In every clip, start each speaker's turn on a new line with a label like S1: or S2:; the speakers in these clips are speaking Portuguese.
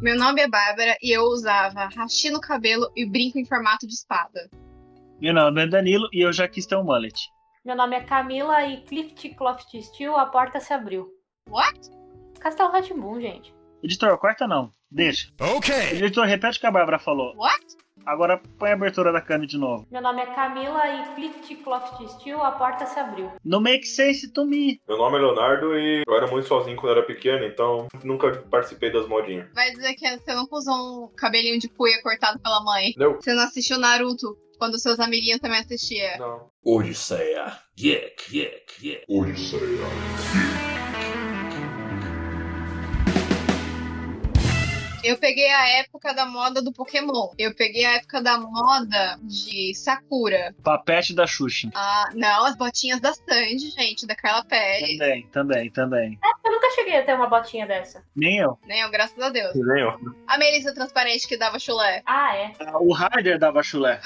S1: Meu nome é Bárbara e eu usava hashi no cabelo e brinco em formato de espada.
S2: Meu nome é Danilo e eu já quis ter um mullet.
S3: Meu nome é Camila e Clift Cloft Steel, a porta se abriu.
S1: What?
S3: Castelo Ratimbun, gente.
S2: Editor, corta não. Deixa.
S4: Okay.
S2: Editor, repete o que a Bárbara falou.
S1: What?
S2: Agora põe a abertura da câmera de novo.
S3: Meu nome é Camila e Clift Cloft Steel, a porta se abriu.
S2: No make sense to me.
S5: Meu nome é Leonardo e eu era muito sozinho quando eu era pequeno, então nunca participei das modinhas.
S1: Vai dizer que você nunca usou um cabelinho de cuia cortado pela mãe.
S5: Não.
S1: Você não assistiu Naruto quando seus amiguinhos também assistiam.
S5: Não.
S6: Odisseia. Yek, yek, yek.
S1: Eu peguei a época da moda do Pokémon. Eu peguei a época da moda de Sakura.
S2: Papete da Xuxa.
S1: Ah, não, as botinhas da Sandy, gente, da Carla Pérez.
S2: Também, também, também.
S3: Eu nunca cheguei a ter uma botinha dessa.
S2: Nem eu.
S1: Né, eu, graças a Deus.
S5: Desenho.
S1: A Melissa transparente que dava chulé.
S3: Ah, é.
S2: Ah, O Harder dava chulé.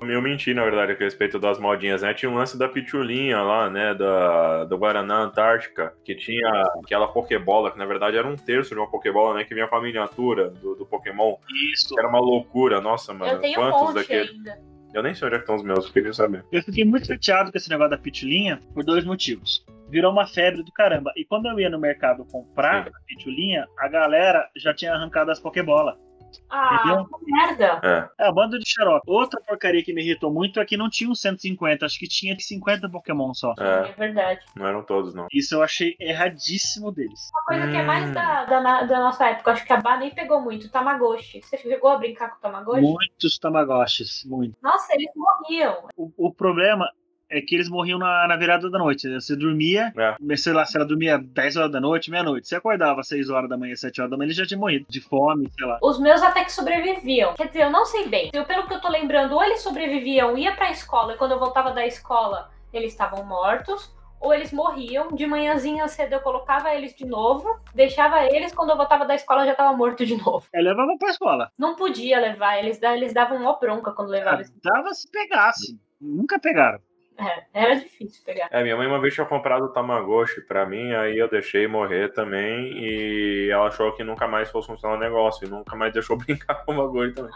S5: Eu menti, na verdade, a respeito das modinhas, né? Tinha um lance da pitulinha lá, né? Da, do Guaraná Antártica, que tinha aquela Pokébola, que na verdade era um terço de uma Pokébola, né? Que vinha com a miniatura do, do Pokémon.
S2: Isso.
S5: Era uma loucura, nossa, mano.
S3: eu tenho um
S5: Quantos
S3: monte
S5: daqueles?
S3: ainda.
S5: Eu nem sei onde é que estão os meus, eu queria saber.
S2: Eu fiquei muito chateado com esse negócio da pitulinha por dois motivos. Virou uma febre do caramba. E quando eu ia no mercado comprar
S5: Sim.
S2: a pitulinha, a galera já tinha arrancado as Pokébola.
S3: Ah,
S2: Entendeu?
S3: que merda.
S5: É.
S2: É, a banda de xarope. Outra porcaria que me irritou muito é que não tinha uns 150, acho que tinha 50 Pokémon só.
S5: É,
S3: É verdade.
S5: não eram todos, não.
S2: Isso eu achei erradíssimo deles.
S3: Uma coisa que é mais
S5: Hum.
S3: da, da, na- da nossa época, acho que a Bá nem pegou muito. Tamagotchi. Você chegou a brincar com o Tamagotchi?
S2: Muitos Tamagotchis, muito.
S3: Nossa, eles morriam.
S2: O, o problema é que eles morriam na, na virada da noite. Né? Você dormia, sei lá, se ela dormia 10 horas da noite, meia-noite. Você acordava 6 horas da manhã, 7 horas da manhã, ele já tinha morrido. De fome, sei lá.
S3: Os meus até que sobreviviam. Quer dizer, eu não sei bem. Eu, pelo que eu tô lembrando, ou eles sobreviviam, ia pra escola, e quando eu voltava da escola, eles estavam mortos. Ou eles morriam, de manhãzinha cedo eu colocava eles de novo, deixava eles, quando eu voltava da escola já tava morto de novo.
S2: Aí levava pra escola.
S3: Não podia levar, eles, da- eles davam uma bronca quando
S5: É.
S3: levavam. eles.
S2: Dava se pegasse. Nunca pegaram.
S3: É, era difícil pegar.
S5: É, minha mãe uma vez tinha comprado o Tamagotchi pra mim, aí eu deixei morrer também, e ela achou que nunca mais fosse funcionar o negócio, e nunca mais deixou brincar com o Tamagotchi também.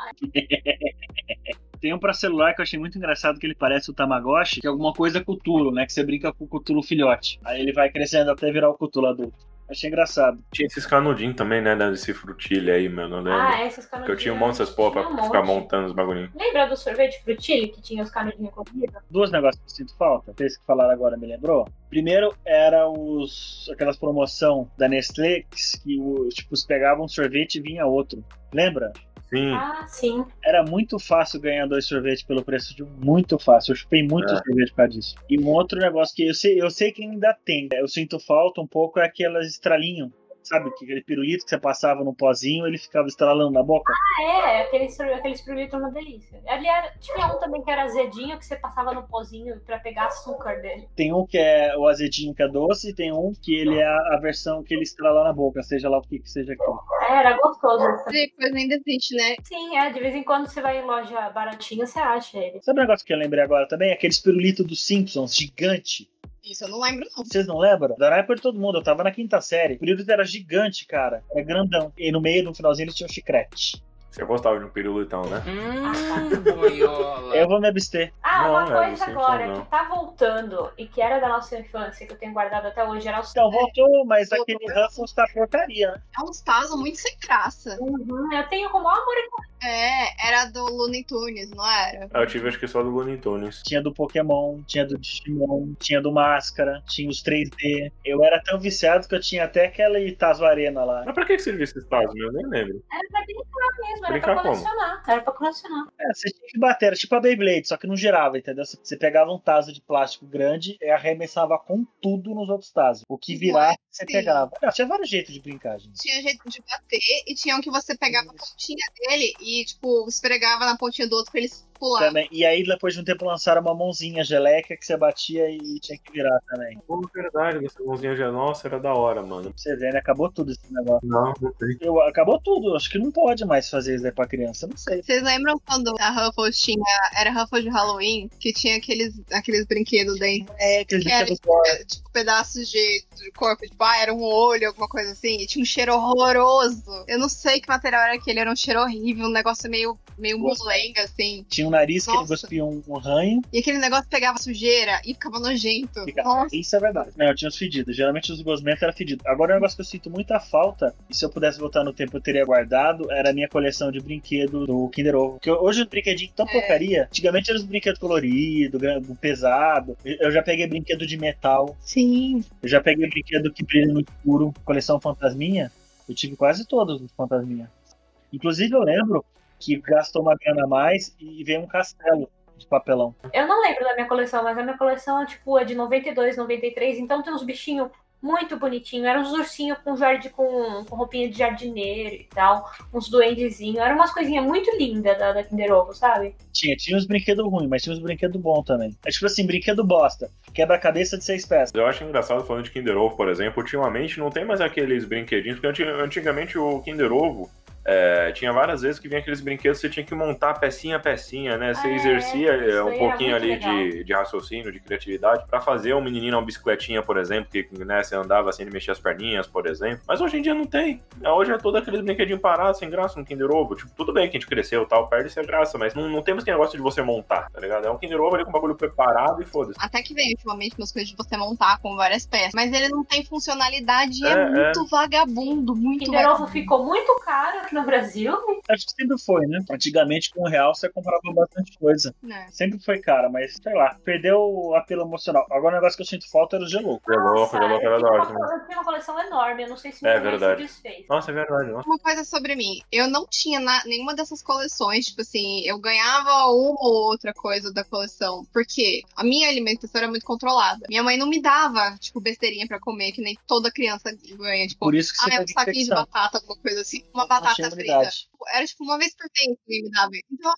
S2: Tem um pra celular que eu achei muito engraçado que ele parece o Tamagotchi, que é alguma coisa Cutulo, né? Que você brinca com o Cutulo filhote. Aí ele vai crescendo até virar o Cutulo adulto. Achei engraçado.
S5: Tinha esses canudinhos também, né, desse frutilha aí, meu, não lembro.
S3: Ah, essas canudinhas.
S5: que eu tinha um monte dessas porra pra
S3: Tinha um
S5: ficar
S3: monte.
S5: montando os bagulhinhos.
S3: Lembra do sorvete frutilli que tinha os canudinhos comigo?
S2: Dois negócios que eu sinto falta, três que falaram agora me lembrou. Primeiro era os aquelas promoção da Nestlé que, que o- tipo, se pegava um sorvete e vinha outro. Lembra?
S5: Sim,
S3: Ah, sim.
S2: Era muito fácil ganhar dois sorvetes pelo preço de um. Muito fácil. Eu chupei muito
S5: É.
S2: sorvete por causa disso. E um outro negócio que eu sei, eu sei que ainda tem. Eu sinto falta um pouco é aquelas estralinhas. Sabe, que aquele pirulito que você passava no pozinho, ele ficava estralando na boca.
S3: Ah, é, aqueles, sor- aqueles sorvetes eram tá uma delícia. Ali era, tinha um também que era azedinho, que você passava no pozinho pra pegar açúcar dele.
S2: Tem um que é o azedinho que é doce, e tem um que ele é a a versão que ele estrala na boca, seja lá o que que seja aquilo.
S3: É, era gostoso.
S1: Depois ainda existe, né?
S3: Sim, é, de vez em quando você vai em loja baratinha, você acha ele.
S2: Sabe um negócio que eu lembrei agora também? Aqueles pirulitos dos Simpsons, gigante.
S1: Isso eu não lembro, não.
S2: Vocês não lembram? Era na época de todo mundo, eu tava na quinta série. O pirulito era gigante, cara. Era grandão. E no meio, no finalzinho, eles tinham chiclete.
S5: você gostava de um pirulitão, né?
S7: Hum, boiola.
S2: Eu vou me abster.
S3: Ah,
S5: Não,
S3: uma
S5: é,
S3: coisa
S5: sempre
S3: agora
S5: não.
S3: que tá voltando e que era da nossa infância, que eu tenho guardado até hoje, era o
S2: Então voltou, mas
S1: Voltou.
S2: aquele Ruffles tá porcaria. né?
S1: É um tazo muito sem graça.
S3: Uhum, eu tenho com o maior amor e
S1: É, era do Looney Tunes, não era?
S5: Eu tive acho que só do Looney Tunes.
S2: Tinha do Pokémon, tinha do Digimon, tinha do Máscara, tinha os 3D. Eu era tão viciado que eu tinha até aquela Itazo Arena lá.
S5: Mas pra que que servia esse estágio? Eu nem lembro.
S3: Era pra brincar mesmo, era
S5: Brincar
S3: pra
S5: como?
S3: colecionar. Era pra colecionar.
S2: É, você tinha que bater, era tipo a Beyblade, só que não girava, entendeu? Você- Você pegava um tazo de plástico grande e arremessava com tudo nos outros tazos. O que virava, você
S1: Sim.
S2: pegava. Não, tinha vários jeitos de brincar, gente.
S1: Tinha jeito de bater e tinha um que você pegava a pontinha dele e, tipo, esfregava na pontinha do outro pra ele pular.
S2: Também. E aí, depois de um tempo, lançaram uma mãozinha geleca que você batia e tinha que virar também. Pra
S5: Pô, verdade, essa mãozinha já, nossa, era da hora, mano.
S2: Você vê, né? Acabou tudo esse negócio.
S5: Não, não tem.
S2: Eu, acabou tudo. Acho que não pode mais fazer isso aí pra criança. Não sei.
S1: Vocês lembram quando a Ruffles tinha. Era Ruffles de Halloween? Que tinha aqueles, aqueles brinquedos dentro,
S2: É, aquele
S1: Cara,
S2: brinquedo fora.
S1: tipo, pedaços de, de corpo, tipo, ah, era um olho, alguma coisa assim. E tinha um cheiro horroroso. Eu não sei que material era aquele, era um cheiro horrível, um negócio meio, meio
S2: Nossa.
S1: molenga, assim.
S2: Tinha um nariz que ele
S1: Nossa.
S2: cuspia um, um ranho.
S1: E aquele negócio pegava sujeira e ficava nojento.
S2: Fica-
S1: Nossa,
S2: Isso é verdade. Não, eu tinha os fedidos. Geralmente os gosmentos eram fedidos. Agora, um negócio que eu sinto muita falta, e se eu pudesse voltar no tempo eu teria guardado, era a minha coleção de brinquedo do Kinder Ovo. Porque hoje os brinquedinhos tão
S1: É.
S2: porcaria. Antigamente eram os brinquedos coloridos, gran- pesado. Eu já peguei brinquedo de metal.
S1: sim.
S2: Eu já peguei brinquedo que brilha no escuro. Coleção Fantasminha. Eu tive quase todos os Fantasminha. Inclusive, eu lembro que gastou uma grana a mais e veio um castelo de papelão.
S3: Eu não lembro da minha coleção, mas a minha coleção tipo, é de 92, 93, então tem uns bichinhos muito bonitinhos. Eram uns ursinhos com, jardim, com, com roupinha de jardineiro e tal, uns duendezinhos. Eram umas coisinhas muito lindas da, da Kinder Ovo, sabe?
S2: Tinha, tinha uns brinquedos ruins, mas tinha uns brinquedos bons também. É tipo assim, brinquedo bosta. Quebra-cabeça de seis peças.
S5: Eu acho engraçado falando de Kinder Ovo, por exemplo. Ultimamente não tem mais aqueles brinquedinhos, porque anti- antigamente o Kinder Ovo é, tinha várias vezes que vinha aqueles brinquedos que você tinha que montar pecinha a pecinha, né? Você
S3: Ah, é.
S5: exercia é,
S3: Isso aí
S5: um
S3: era
S5: pouquinho
S3: muito
S5: ali
S3: legal.
S5: de, de raciocínio, de criatividade, pra fazer um menininho uma bicicletinha, por exemplo, que né, você andava assim, ele mexia as perninhas, por exemplo. Mas hoje em dia não tem. Hoje é todo aquele brinquedinho parado, sem graça, um Kinder Ovo. Tipo, tudo bem que a gente cresceu e tal, perde-se a graça, mas não, não tem mais aquele negócio de você montar, tá ligado? É um Kinder Ovo ali com o bagulho preparado e foda-se.
S1: Até que vem ultimamente umas coisas de você montar com várias peças. Mas ele não tem funcionalidade e é,
S5: É, é.
S1: muito vagabundo, muito
S3: Kinder Ovo
S1: vagabundo.
S3: ficou muito caro aqui no Brasil.
S2: Acho que sempre foi, né? Antigamente, com um real, você comprava bastante coisa.
S1: né?
S2: Sempre foi cara, mas sei lá, perdeu o apelo emocional. Agora, o negócio que eu sinto falta é era o gelouco.
S5: Gelou,
S3: Nossa,
S5: gelou, era
S3: eu,
S5: da
S3: tinha
S5: hora.
S3: uma,
S5: também.
S3: cole- eu tinha uma coleção enorme, eu não sei se
S5: É
S3: nunca mais se
S5: verdade.
S3: desfez.
S5: Nossa, é verdade. Nossa.
S1: Uma coisa sobre mim, eu não tinha na- nenhuma dessas coleções, tipo assim, eu ganhava uma ou outra coisa da coleção, porque a minha alimentação era muito controlada. Minha mãe não me dava, tipo, besteirinha pra comer, que nem toda criança ganha, tipo,
S2: Por isso que você
S1: ah, é um
S2: teve
S1: saquinho de
S2: infecção.
S1: batata, alguma coisa assim, uma
S2: Não
S1: batata
S2: tinha
S1: frita.
S2: novidade.
S1: Tipo, Era tipo uma vez por tempo que me dava. Então,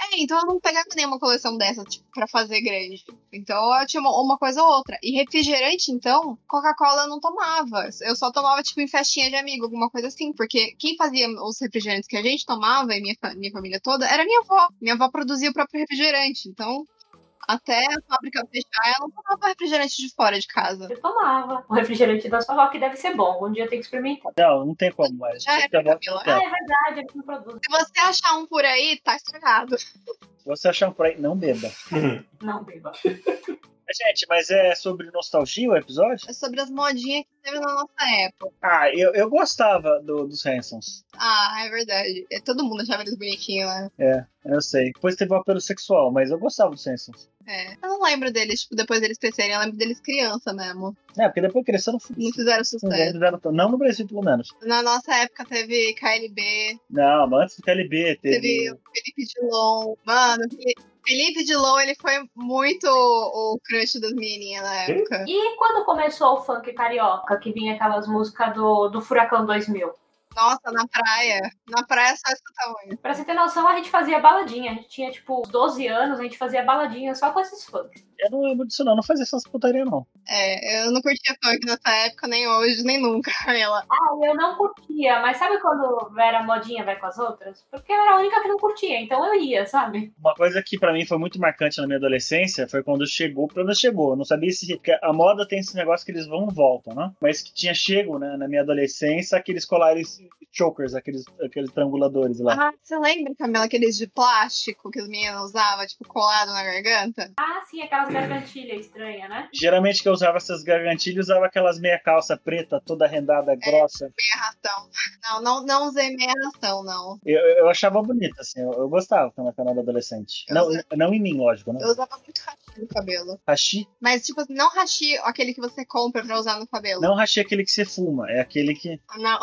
S1: é, então eu não pegava nenhuma coleção dessa, tipo, pra fazer grande. Então eu tinha uma, uma coisa ou outra. E refrigerante, então, Coca-Cola eu não tomava. Eu só tomava, tipo, em festinha de amigo, alguma coisa assim. Porque quem fazia os refrigerantes que a gente tomava, e minha, fa- minha família toda, era minha avó. Minha avó produzia o próprio refrigerante. Então, até a fábrica fechar, ela não tomava refrigerante de fora de casa.
S3: Eu tomava. O refrigerante da sua avó, que deve ser bom. Um dia eu tenho que experimentar.
S2: Não, não tem como mais.
S1: Já era,
S2: Você volta
S1: Camila.
S2: no
S3: Ah,
S2: tempo.
S3: é verdade, eles não produzem.
S1: Se você achar um por aí, tá estragado.
S2: Se você achar um por aí, não beba.
S3: Não, beba.
S2: Gente, mas é sobre nostalgia o episódio?
S1: É sobre as modinhas que teve na nossa época.
S2: Ah, eu, eu gostava do- dos Hansons.
S1: Ah, é verdade. É, todo mundo achava eles bonitinhos, né?
S2: Eu sei. Depois teve o apelo sexual, mas eu gostava dos Hansons.
S1: É. Eu não lembro deles, tipo, depois deles crescerem, eu lembro deles criança mesmo.
S2: É, porque depois crescendo,
S1: Não fizeram
S2: não,
S1: sucesso.
S2: fizeram tanto. não no Brasil, pelo menos.
S1: Na nossa época teve KLB,
S2: Não, mas antes do KLB
S1: teve
S2: teve.
S1: o Felipe Dilon. Mano, o Felipe- Felipe Dilon, ele foi muito o o crush das menininhas na época.
S3: E quando começou o funk carioca, que vinha aquelas músicas do, do Furacão 2000?
S1: Nossa, na praia. Na praia só escutava isso.
S3: Pra você ter noção, a gente fazia baladinha. A gente tinha, tipo, 12 anos, a gente fazia baladinha só com esses funk.
S2: Eu não lembro disso, não. Não fazia essas putaria, não.
S1: É, eu não curtia funk nessa época, nem hoje, nem nunca. Ela.
S3: Ah, eu não curtia, mas sabe quando era modinha vai com as outras? Porque eu era a única que não curtia, então eu ia, sabe?
S2: Uma coisa que pra mim foi muito marcante na minha adolescência foi quando chegou, quando chegou. Eu não sabia se. Porque a moda tem esse negócio que eles vão e voltam, né? Mas que tinha chego né, na minha adolescência aqueles colares chokers, aqueles, aqueles trianguladores lá.
S1: Ah, você lembra, Camila, aqueles de plástico que as meninas usavam, tipo, colado na garganta?
S3: Ah, sim, aquelas gargantilhas estranhas, né?
S2: Geralmente que eu usava essas gargantilhas, eu usava aquelas meia calça preta, toda rendada, grossa.
S1: Meia ração. Não, não, não usei meia ração, não.
S2: Eu, eu achava bonita, assim, eu, eu gostava quando eu era um adolescente.
S1: Eu
S2: Não,
S1: usava-
S2: não em mim, lógico, né?
S1: Eu usava muito hashi no cabelo.
S2: Hashi
S1: Mas, tipo, não hashi aquele que você compra pra usar no cabelo.
S2: Não rachei aquele que você fuma, é aquele que.
S1: Não.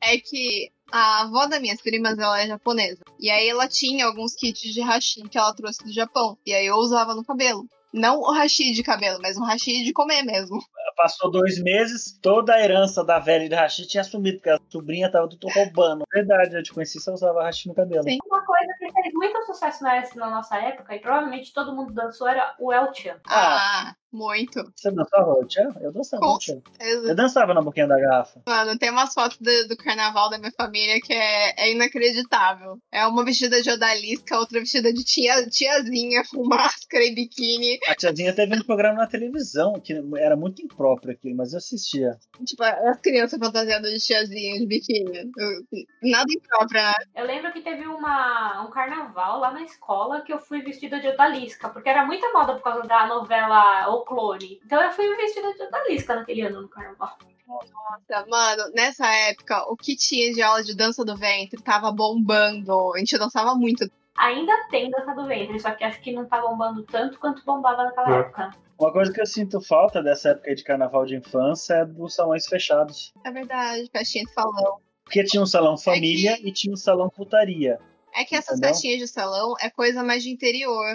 S1: É que a avó das minhas primas, ela é japonesa. E aí ela tinha alguns kits de hashi que ela trouxe do Japão. E aí eu usava no cabelo. Não o hashi de cabelo, mas um hashi de comer mesmo.
S2: Passou dois meses, toda a herança da velha de Hashi tinha sumido, porque a sobrinha tava tudo roubando. Verdade, eu te conheci, só usava Hashi no cabelo.
S1: Sim.
S3: Uma coisa que fez muito sucesso na, na nossa época, e provavelmente todo mundo dançou, era o El Chan.
S1: Ah, muito.
S2: Você dançava o tchan? Eu dançava
S1: Com
S2: o tchan. Eu
S1: Exa-
S2: dançava na boquinha da garrafa.
S1: Mano, tem umas fotos do, do carnaval da minha família que é, é inacreditável. É uma vestida de odalisca, outra vestida de tia, tiazinha com máscara e biquíni.
S2: A tiazinha teve um programa na televisão, que era muito impróprio aquilo, mas eu assistia.
S1: Tipo, as crianças fantasiadas de tiazinha, de biquíni. Eu- Nada impróprio, né?
S3: Eu lembro que teve uma, um carnaval lá na escola que eu fui vestida de odalisca, porque era muita moda por causa da novela O Clone. Então eu fui vestida de odalisca naquele ano no carnaval.
S1: Nossa, né? Mano, nessa época, o que tinha de aula de dança do ventre tava bombando. A gente dançava muito.
S3: Ainda tem dança do ventre, só que acho que não tá bombando tanto quanto bombava naquela
S5: É.
S3: época.
S2: Uma coisa que eu sinto falta dessa época aí de carnaval de infância é dos salões fechados.
S1: É verdade, festinha de salão.
S2: Porque tinha um salão família e tinha um salão putaria.
S1: É que essas
S2: Entendeu?
S1: festinhas de salão é coisa mais de interior.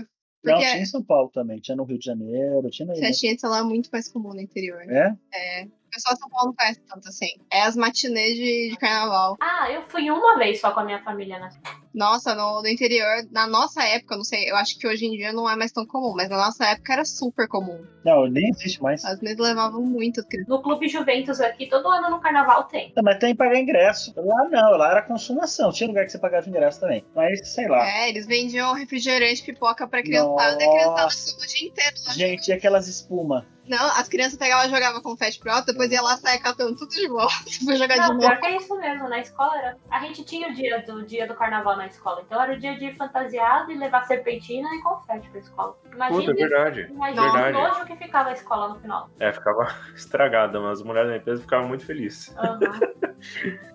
S2: Não,
S1: Porque
S2: tinha em São Paulo também, tinha no Rio de Janeiro, tinha aí. né?
S1: festinha de salão é muito mais comum no interior.
S2: É?
S1: É. O pessoal de São Paulo não conhece tanto assim. É as matinês de, de carnaval.
S3: Ah, eu fui uma vez só com a minha família né?
S1: Nossa, no, no interior, na nossa época, não sei, eu acho que hoje em dia não é mais tão comum, mas na nossa época era super comum.
S2: Não, nem existe mais.
S1: As mães levavam muito as crianças.
S3: No Clube Juventus aqui, todo ano no carnaval tem.
S2: Não, mas tem que pagar ingresso. Lá não, lá era consumação. Tinha lugar que você pagava ingresso também. Mas sei lá.
S1: É, eles vendiam refrigerante, pipoca pra criançada, e a criançada
S2: Nossa.
S1: ficava o dia inteiro lá.
S2: Gente, e aquelas espuma?
S1: Não, as crianças pegavam e jogavam confete pro alto, depois ia lá saia catando tudo de volta, foi jogar de
S3: Não,
S1: novo.
S3: pior que é isso mesmo, na escola era. A gente tinha o dia do dia do carnaval na escola, então era o dia de ir fantasiado e levar serpentina e confete pra escola.
S5: Puta, é
S3: Imagina
S5: verdade.
S3: Imagina o
S5: Verdade.
S3: nojo que ficava a escola no final.
S5: É, ficava estragada, mas as mulheres da empresa ficavam muito felizes.
S3: Aham.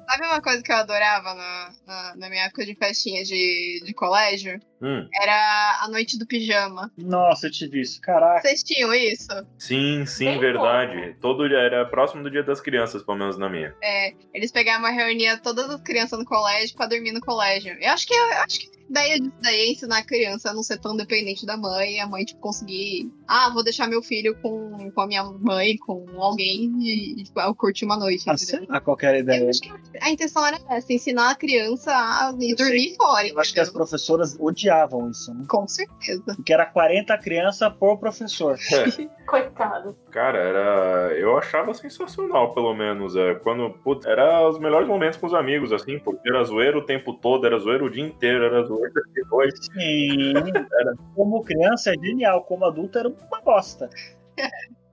S1: Sabe uma coisa que eu adorava na, na, na minha época de festinha de, de colégio?
S5: Hum,
S1: Era a noite do pijama.
S2: Nossa, eu tive isso. Caraca.
S1: Vocês tinham isso?
S5: sim, sim,
S3: Bem
S5: verdade. Todo dia era próximo do dia das crianças, pelo menos na minha.
S1: É, eles pegavam e reuniam todas as crianças no colégio pra dormir no colégio. Eu acho que eu acho que a ideia disso daí é ensinar a criança a não ser tão dependente da mãe, a mãe, tipo, conseguir. Ah, vou deixar meu filho com, com a minha mãe, com alguém, e, e, tipo, eu curti uma noite.
S2: Ah,
S1: entendeu?
S2: sei lá qual que era a
S1: Eu
S2: ideia.
S1: acho que a intenção era essa, ensinar a criança a ir dormir fora.
S2: Eu acho que as
S1: entendeu?
S2: professoras odiavam isso, né?
S1: Com certeza.
S2: Porque era 40 crianças por professor.
S5: É,
S3: Coitado.
S5: cara, era. Eu achava sensacional, pelo menos. É, quando. Putz, era os melhores momentos com os amigos, assim, porque era zoeiro o tempo todo, era zoeiro o dia inteiro, era zoeiro de noite.
S2: Sim. Era- Como criança é genial, como adulto era uma bosta.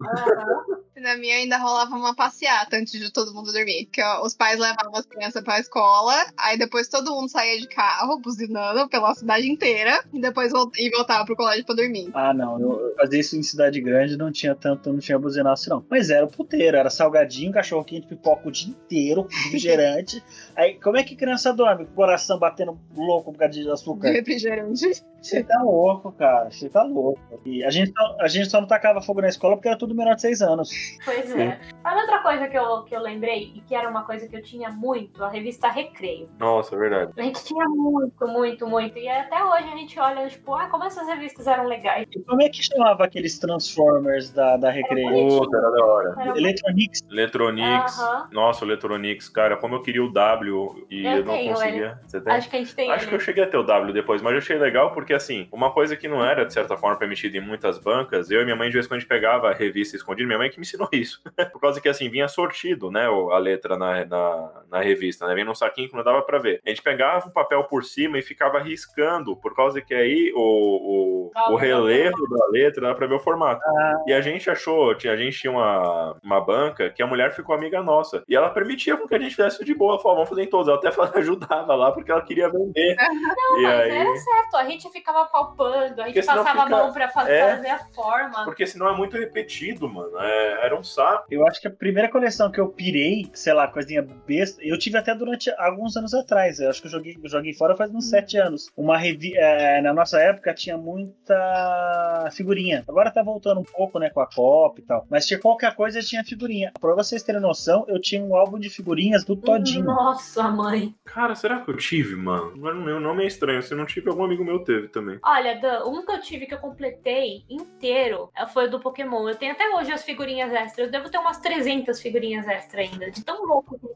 S3: Aham.
S1: Na minha ainda rolava uma passeata antes de todo mundo dormir. Que ó, os pais levavam as crianças pra escola, aí depois todo mundo saía de carro, buzinando pela cidade inteira, e depois vol- e voltava pro colégio pra dormir.
S2: Ah, não. Eu eu fazia isso em cidade grande, não tinha tanto, não tinha buzinaço, não. Mas era o puteiro, era salgadinho, cachorro quente, pipoca o dia inteiro, refrigerante. Aí, como é que criança dorme? Com o coração batendo louco por causa de
S1: De
S2: açúcar?
S1: refrigerante.
S2: Você tá louco, cara. Você tá louco. E a gente, só, a gente só não tacava fogo na escola porque era tudo menor de seis anos.
S3: Pois é. Sabe outra coisa que eu, que eu lembrei e que era uma coisa que eu tinha muito? A revista Recreio.
S5: Nossa, é verdade.
S3: A gente tinha muito, muito, muito. E até hoje a gente olha, tipo, ah, como essas revistas eram legais.
S2: E como é que chamava aqueles Transformers da, da Recreio?
S5: Puta, era da hora.
S3: Era muito-
S2: Electronics.
S5: Electronics.
S3: Aham.
S5: Nossa, o Electronics, cara, como eu queria o W e
S3: Eu
S5: eu, não
S3: tenho
S5: conseguia. Você tem?
S3: Acho que a gente tem.
S5: é, Acho que eu
S3: ele.
S5: cheguei a ter o W depois, mas eu achei legal porque, assim, uma coisa que não era, de certa forma, permitida em muitas bancas, eu e minha mãe, de vez em quando, a gente pegava a revista escondida, minha mãe que me ensinou isso. Por causa que, assim, vinha sortido, né, o- a letra na, na, na revista, né, vinha num saquinho que não dava pra ver. A gente pegava o papel por cima e ficava riscando, por causa que aí o, o, o relevo da letra dava pra ver o formato. E a gente achou, tinha- a gente tinha uma, uma banca que a mulher ficou amiga nossa. E ela permitia com que a gente fizesse de boa. Falava, vamos fazer em todos. Ela até falava- ajudava lá porque ela queria vender.
S3: Não,
S5: e
S3: mas
S5: aí.
S3: era certo. A gente ficava palpando, a gente
S5: Porque senão
S3: passava
S5: fica-
S3: a mão pra fazer,
S5: É.
S3: fazer a forma.
S5: Porque senão é muito repetido, mano. É- era um saco.
S2: Eu acho que a primeira coleção que eu pirei, sei lá, coisinha besta, eu tive até durante alguns anos atrás. Eu acho que eu joguei, eu joguei fora faz uns sete anos. Uma revi é, na nossa época tinha muita muita figurinha. Agora tá voltando um pouco, né, com a Copa e tal. Mas tinha qualquer coisa, tinha figurinha. Pra vocês terem noção, eu tinha um álbum de figurinhas do Todinho.
S3: Uhum. Nossa, mãe.
S5: Cara, será que eu tive, mano? Mas o meu nome é estranho. Se não tive, algum amigo meu teve também.
S3: Olha, Dan, um que eu tive que eu completei inteiro eh, foi o do Pokémon. Eu tenho até hoje as figurinhas extras. Eu devo ter umas 300 figurinhas extras ainda. De tão louco que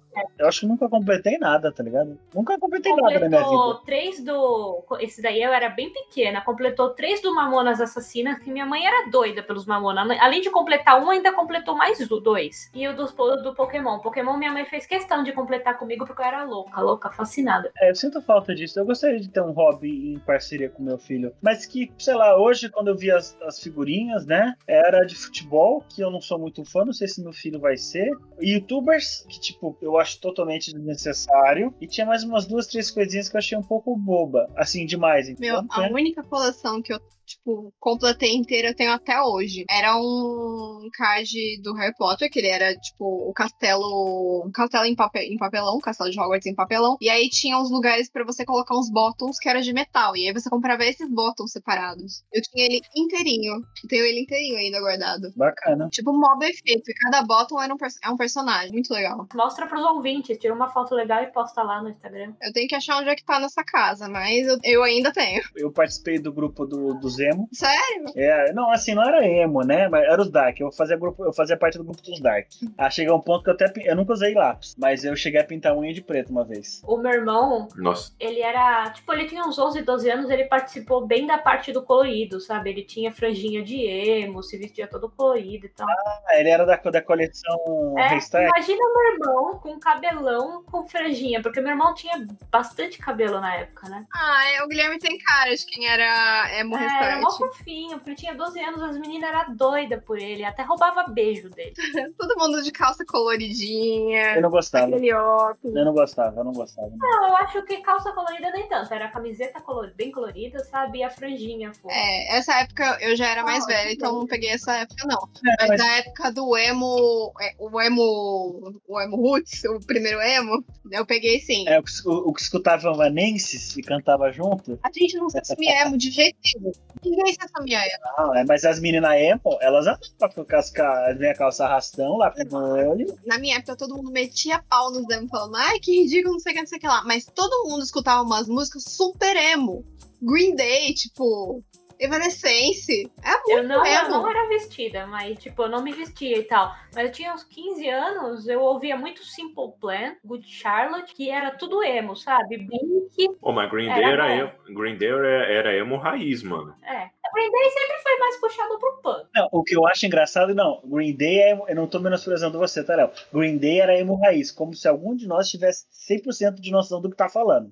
S2: Eu acho que nunca completei nada, tá ligado? Nunca completei nada na minha vida.
S3: completou três do. Esse daí eu era bem pequena. Completou três do Mamonas Assassinas, que minha mãe era doida pelos Mamonas. Além de completar um, ainda completou mais o- dois. E o dos, po- do Pokémon. Pokémon minha mãe fez questão de completar comigo porque eu era louca, louca, fascinada.
S2: É, eu sinto falta disso. Eu gostaria de ter um hobby em parceria com meu filho. Mas que, sei lá, hoje, quando eu vi as, as figurinhas, né? Era de futebol, que eu não sou muito fã, não sei se meu filho vai ser. Youtubers, que, tipo, eu acho totalmente desnecessário. E tinha mais umas duas, três coisinhas que eu achei um pouco boba. Assim, demais.
S1: Meu,
S2: Então,
S1: a
S2: né?
S1: única coleção que eu, tipo, completei inteira eu tenho até hoje. Era um card do Harry Potter, que ele era, tipo, o castelo. Um castelo em, papel, em papelão, um castelo de Hogwarts em papelão. E aí tinha uns lugares pra você colocar uns bottoms que era de metal. E aí você comprava esses bottoms separados. Eu tinha ele inteirinho. Eu Tenho ele inteirinho ainda guardado.
S2: Bacana.
S1: Tipo, mob efeito. E cada bottom era um, pers- é um personagem. Muito legal.
S3: Mostra pros ouvintes, tira uma foto legal e posta lá no Instagram.
S1: Eu tenho que achar onde é que tá nessa casa, mas eu, eu ainda tenho.
S2: Eu participei do grupo do, do Zemo.
S1: Sério?
S2: É, não, assim, não era emo, né? Mas era os Dark. Eu fazia, grupo, eu fazia parte do grupo dos Dark. Ah, cheguei a um ponto que eu até. pin- Eu nunca usei lápis, mas eu cheguei a pintar unha de preto uma vez.
S3: O meu irmão,
S5: Nossa.
S3: ele era. Tipo, ele tinha uns 11, 12 anos, ele participou bem da parte do colorido, sabe? Ele tinha franjinha de emo, se vestia todo colorido e tal.
S2: Ah, ele era da, da coleção
S3: É,
S2: Restart?
S3: imagina meu irmão com cabelão com franjinha, porque meu irmão tinha bastante cabelo na época, né?
S1: Ah, é, o Guilherme tem cara de quem era emo
S3: É, era mó
S1: restante.
S3: fofinho, porque ele tinha 12 anos, as meninas eram doidas por ele, até roubava beijo dele.
S1: né? Todo mundo de calça coloridinha,
S2: Eu não gostava.
S1: aquele óculos.
S2: Eu não gostava, eu não gostava.
S3: Não, eu acho que calça colorida nem tanto, era camiseta color- bem colorida, sabe? E a franjinha, pô.
S1: É, essa época eu já era mais
S3: Ah,
S1: velha,
S3: que
S1: então
S3: bom.
S1: não peguei essa época, não.
S2: É,
S1: Ah, Mas,
S2: mas-
S1: da época do emo, é, o emo, o emo Roots, o primeiro emo, eu peguei sim.
S2: é, o, que- o- o que escutava Vanenses e cantava junto.
S1: A gente não se assume emo de jeito nenhum. Ninguém se assume a emo.
S2: Não, é, mas as meninas emo, elas andavam com as, ca- as minhas calças arrastão lá com o olho.
S1: Na minha época, todo mundo metia pau nos emo, falando, ai, que ridículo, não sei o que, não sei o que lá. Mas todo mundo escutava umas músicas super emo. Green Day, tipo, Evanescence. É muito
S3: Eu não, eu
S1: emo.
S3: não era vestida, mas tipo, eu não me vestia e tal. Mas eu tinha uns 15 anos, eu ouvia muito Simple Plan, Good Charlotte, que era tudo emo, sabe? Blink,
S5: Ô, mas Green
S3: Era
S5: Day era,
S3: bom.
S5: emo, Green Day era, era emo raiz, mano.
S3: é. Green Day sempre foi mais puxado pro punk.
S2: Não, o que eu acho engraçado, não, Green Day é emo- Eu não tô menosprezando você, tá, Léo? Green Day era emo raiz, como se algum de nós tivesse 100% de noção do que tá falando.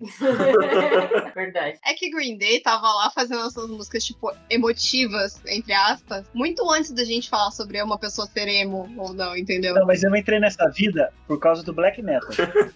S3: Verdade.
S1: É que Green Day tava lá fazendo essas músicas, tipo, emotivas, entre aspas, muito antes da gente falar sobre uma pessoa ser emo ou não, entendeu?
S2: Não, mas eu entrei nessa vida por causa do Black Metal.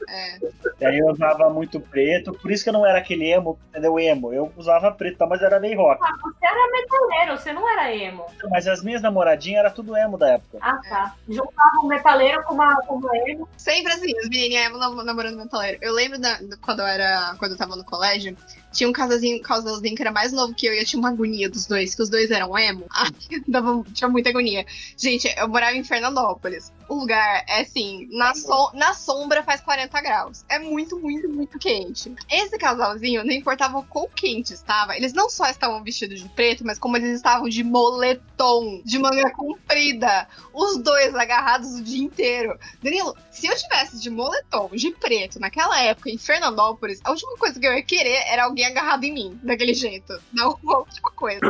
S1: É.
S2: E aí eu usava muito preto, por isso que eu não era aquele emo, entendeu? Emo. Eu usava preto, tá, mas era meio rock.
S3: Você era metaleiro, você não era emo.
S2: Mas as minhas namoradinhas era tudo emo da época.
S3: Ah, tá. Juntava um metaleiro com uma, com uma emo.
S1: Sempre assim, as menininhas emo nam- namorando metaleiro. Eu lembro da, da- quando eu era. Quando eu tava no colégio, tinha um casalzinho, casalzinho que era mais novo que eu e eu tinha uma agonia dos dois, que os dois eram emo. Ai, dava, tinha muita agonia. Gente, eu morava em Fernandópolis. O lugar é assim, na, so- na sombra faz 40 graus. É muito, muito, muito quente. Esse casalzinho, não importava o quão quente estava, eles não só estavam vestidos de preto, mas como eles estavam de moletom, de manga comprida. Os dois agarrados o dia inteiro. Danilo, se eu tivesse de moletom, de preto, naquela época, em Fernandópolis, a última coisa que eu ia querer era alguém agarrado em mim, daquele jeito. Não, uma última coisa.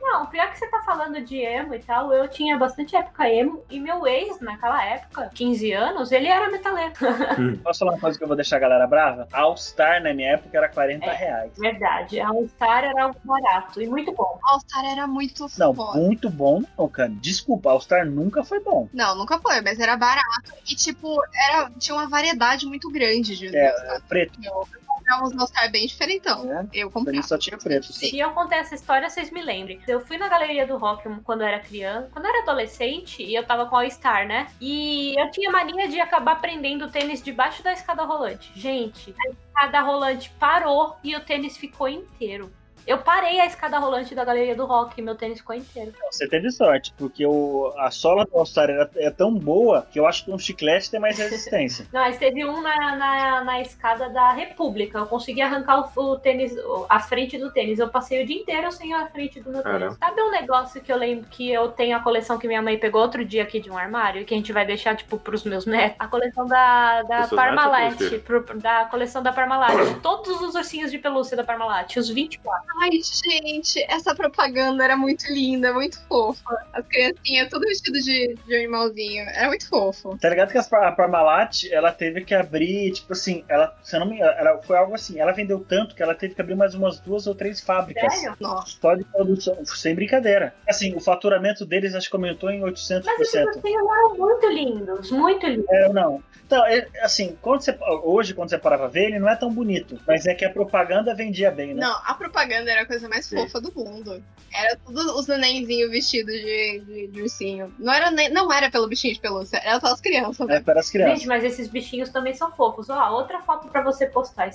S3: Não, pior que você tá falando de emo e tal, eu tinha bastante época emo. E meu ex, naquela época, 15 anos, ele era metaleiro.
S2: Posso falar uma coisa que eu vou deixar a galera brava? All Star na minha época era 40
S3: É.
S2: reais.
S3: Verdade. A All-Star Então, era algo barato e muito bom.
S1: All Star era muito
S2: Não,
S1: foda.
S2: muito bom não, cara. Desculpa, All Star nunca foi bom.
S1: Não, nunca foi, mas era barato. E, tipo, era, tinha uma variedade muito grande de
S2: É,
S1: All-Star.
S2: Preto,
S1: Era uns All Star bem diferentão.
S2: né?
S1: Eu
S2: Pra mim
S1: comprei.
S2: só tinha preto.
S3: Se eu contar essa história, vocês me lembrem. Eu fui na galeria do rock quando eu era criança, quando eu era adolescente, e eu tava com All Star, né? E eu tinha mania de acabar prendendo o tênis debaixo da escada rolante. Gente, a escada rolante parou e o tênis ficou inteiro. Eu parei a escada rolante da galeria do rock e meu tênis ficou inteiro.
S2: Você teve sorte, porque o, a sola do All-Star era- é tão boa que eu acho que um chiclete tem mais resistência.
S3: Não, mas teve um na, na, na escada da República. Eu consegui arrancar o, o tênis, o- a frente do tênis. Eu passei o dia inteiro sem a frente do meu tênis.
S5: Caramba.
S3: Sabe um negócio que eu lembro que eu tenho a coleção que minha mãe pegou outro dia aqui de um armário e que a gente vai deixar, tipo, pros meus netos? A coleção da, da
S5: Pros seus netos ou pros
S3: Parmalat.
S5: filhos?
S3: pro- da coleção da Parmalat. Todos os ursinhos de pelúcia da Parmalat, os 24.
S1: Ai, gente, essa propaganda era muito linda, muito fofa. As criancinhas tudo vestido de, de animalzinho. Era muito fofo.
S2: Tá ligado que as Par- a Parmalat, ela teve que abrir, tipo assim, ela, se eu não me engano, ela- foi algo assim, ela vendeu tanto que ela teve que abrir mais umas duas ou três fábricas.
S3: Sério?
S1: Nossa.
S2: Só de produção, sem brincadeira. Assim, o faturamento deles acho que aumentou em 800%.
S3: Mas esses ursinhos eram muito lindos, muito lindos.
S2: É, não. Então, é, assim, quando você, hoje, quando você parava ver, ele não é tão bonito. Mas é que a propaganda vendia bem, né?
S1: Não, a propaganda era a coisa mais
S5: Sim.
S1: fofa do mundo. Era tudo os nenenzinhos vestidos de, de, de ursinho. Não era, nem, não era pelo bichinho de pelúcia, era pelas crianças, né?
S2: É para as crianças.
S3: Gente, mas esses bichinhos também são fofos. Ó, outra foto pra você postar.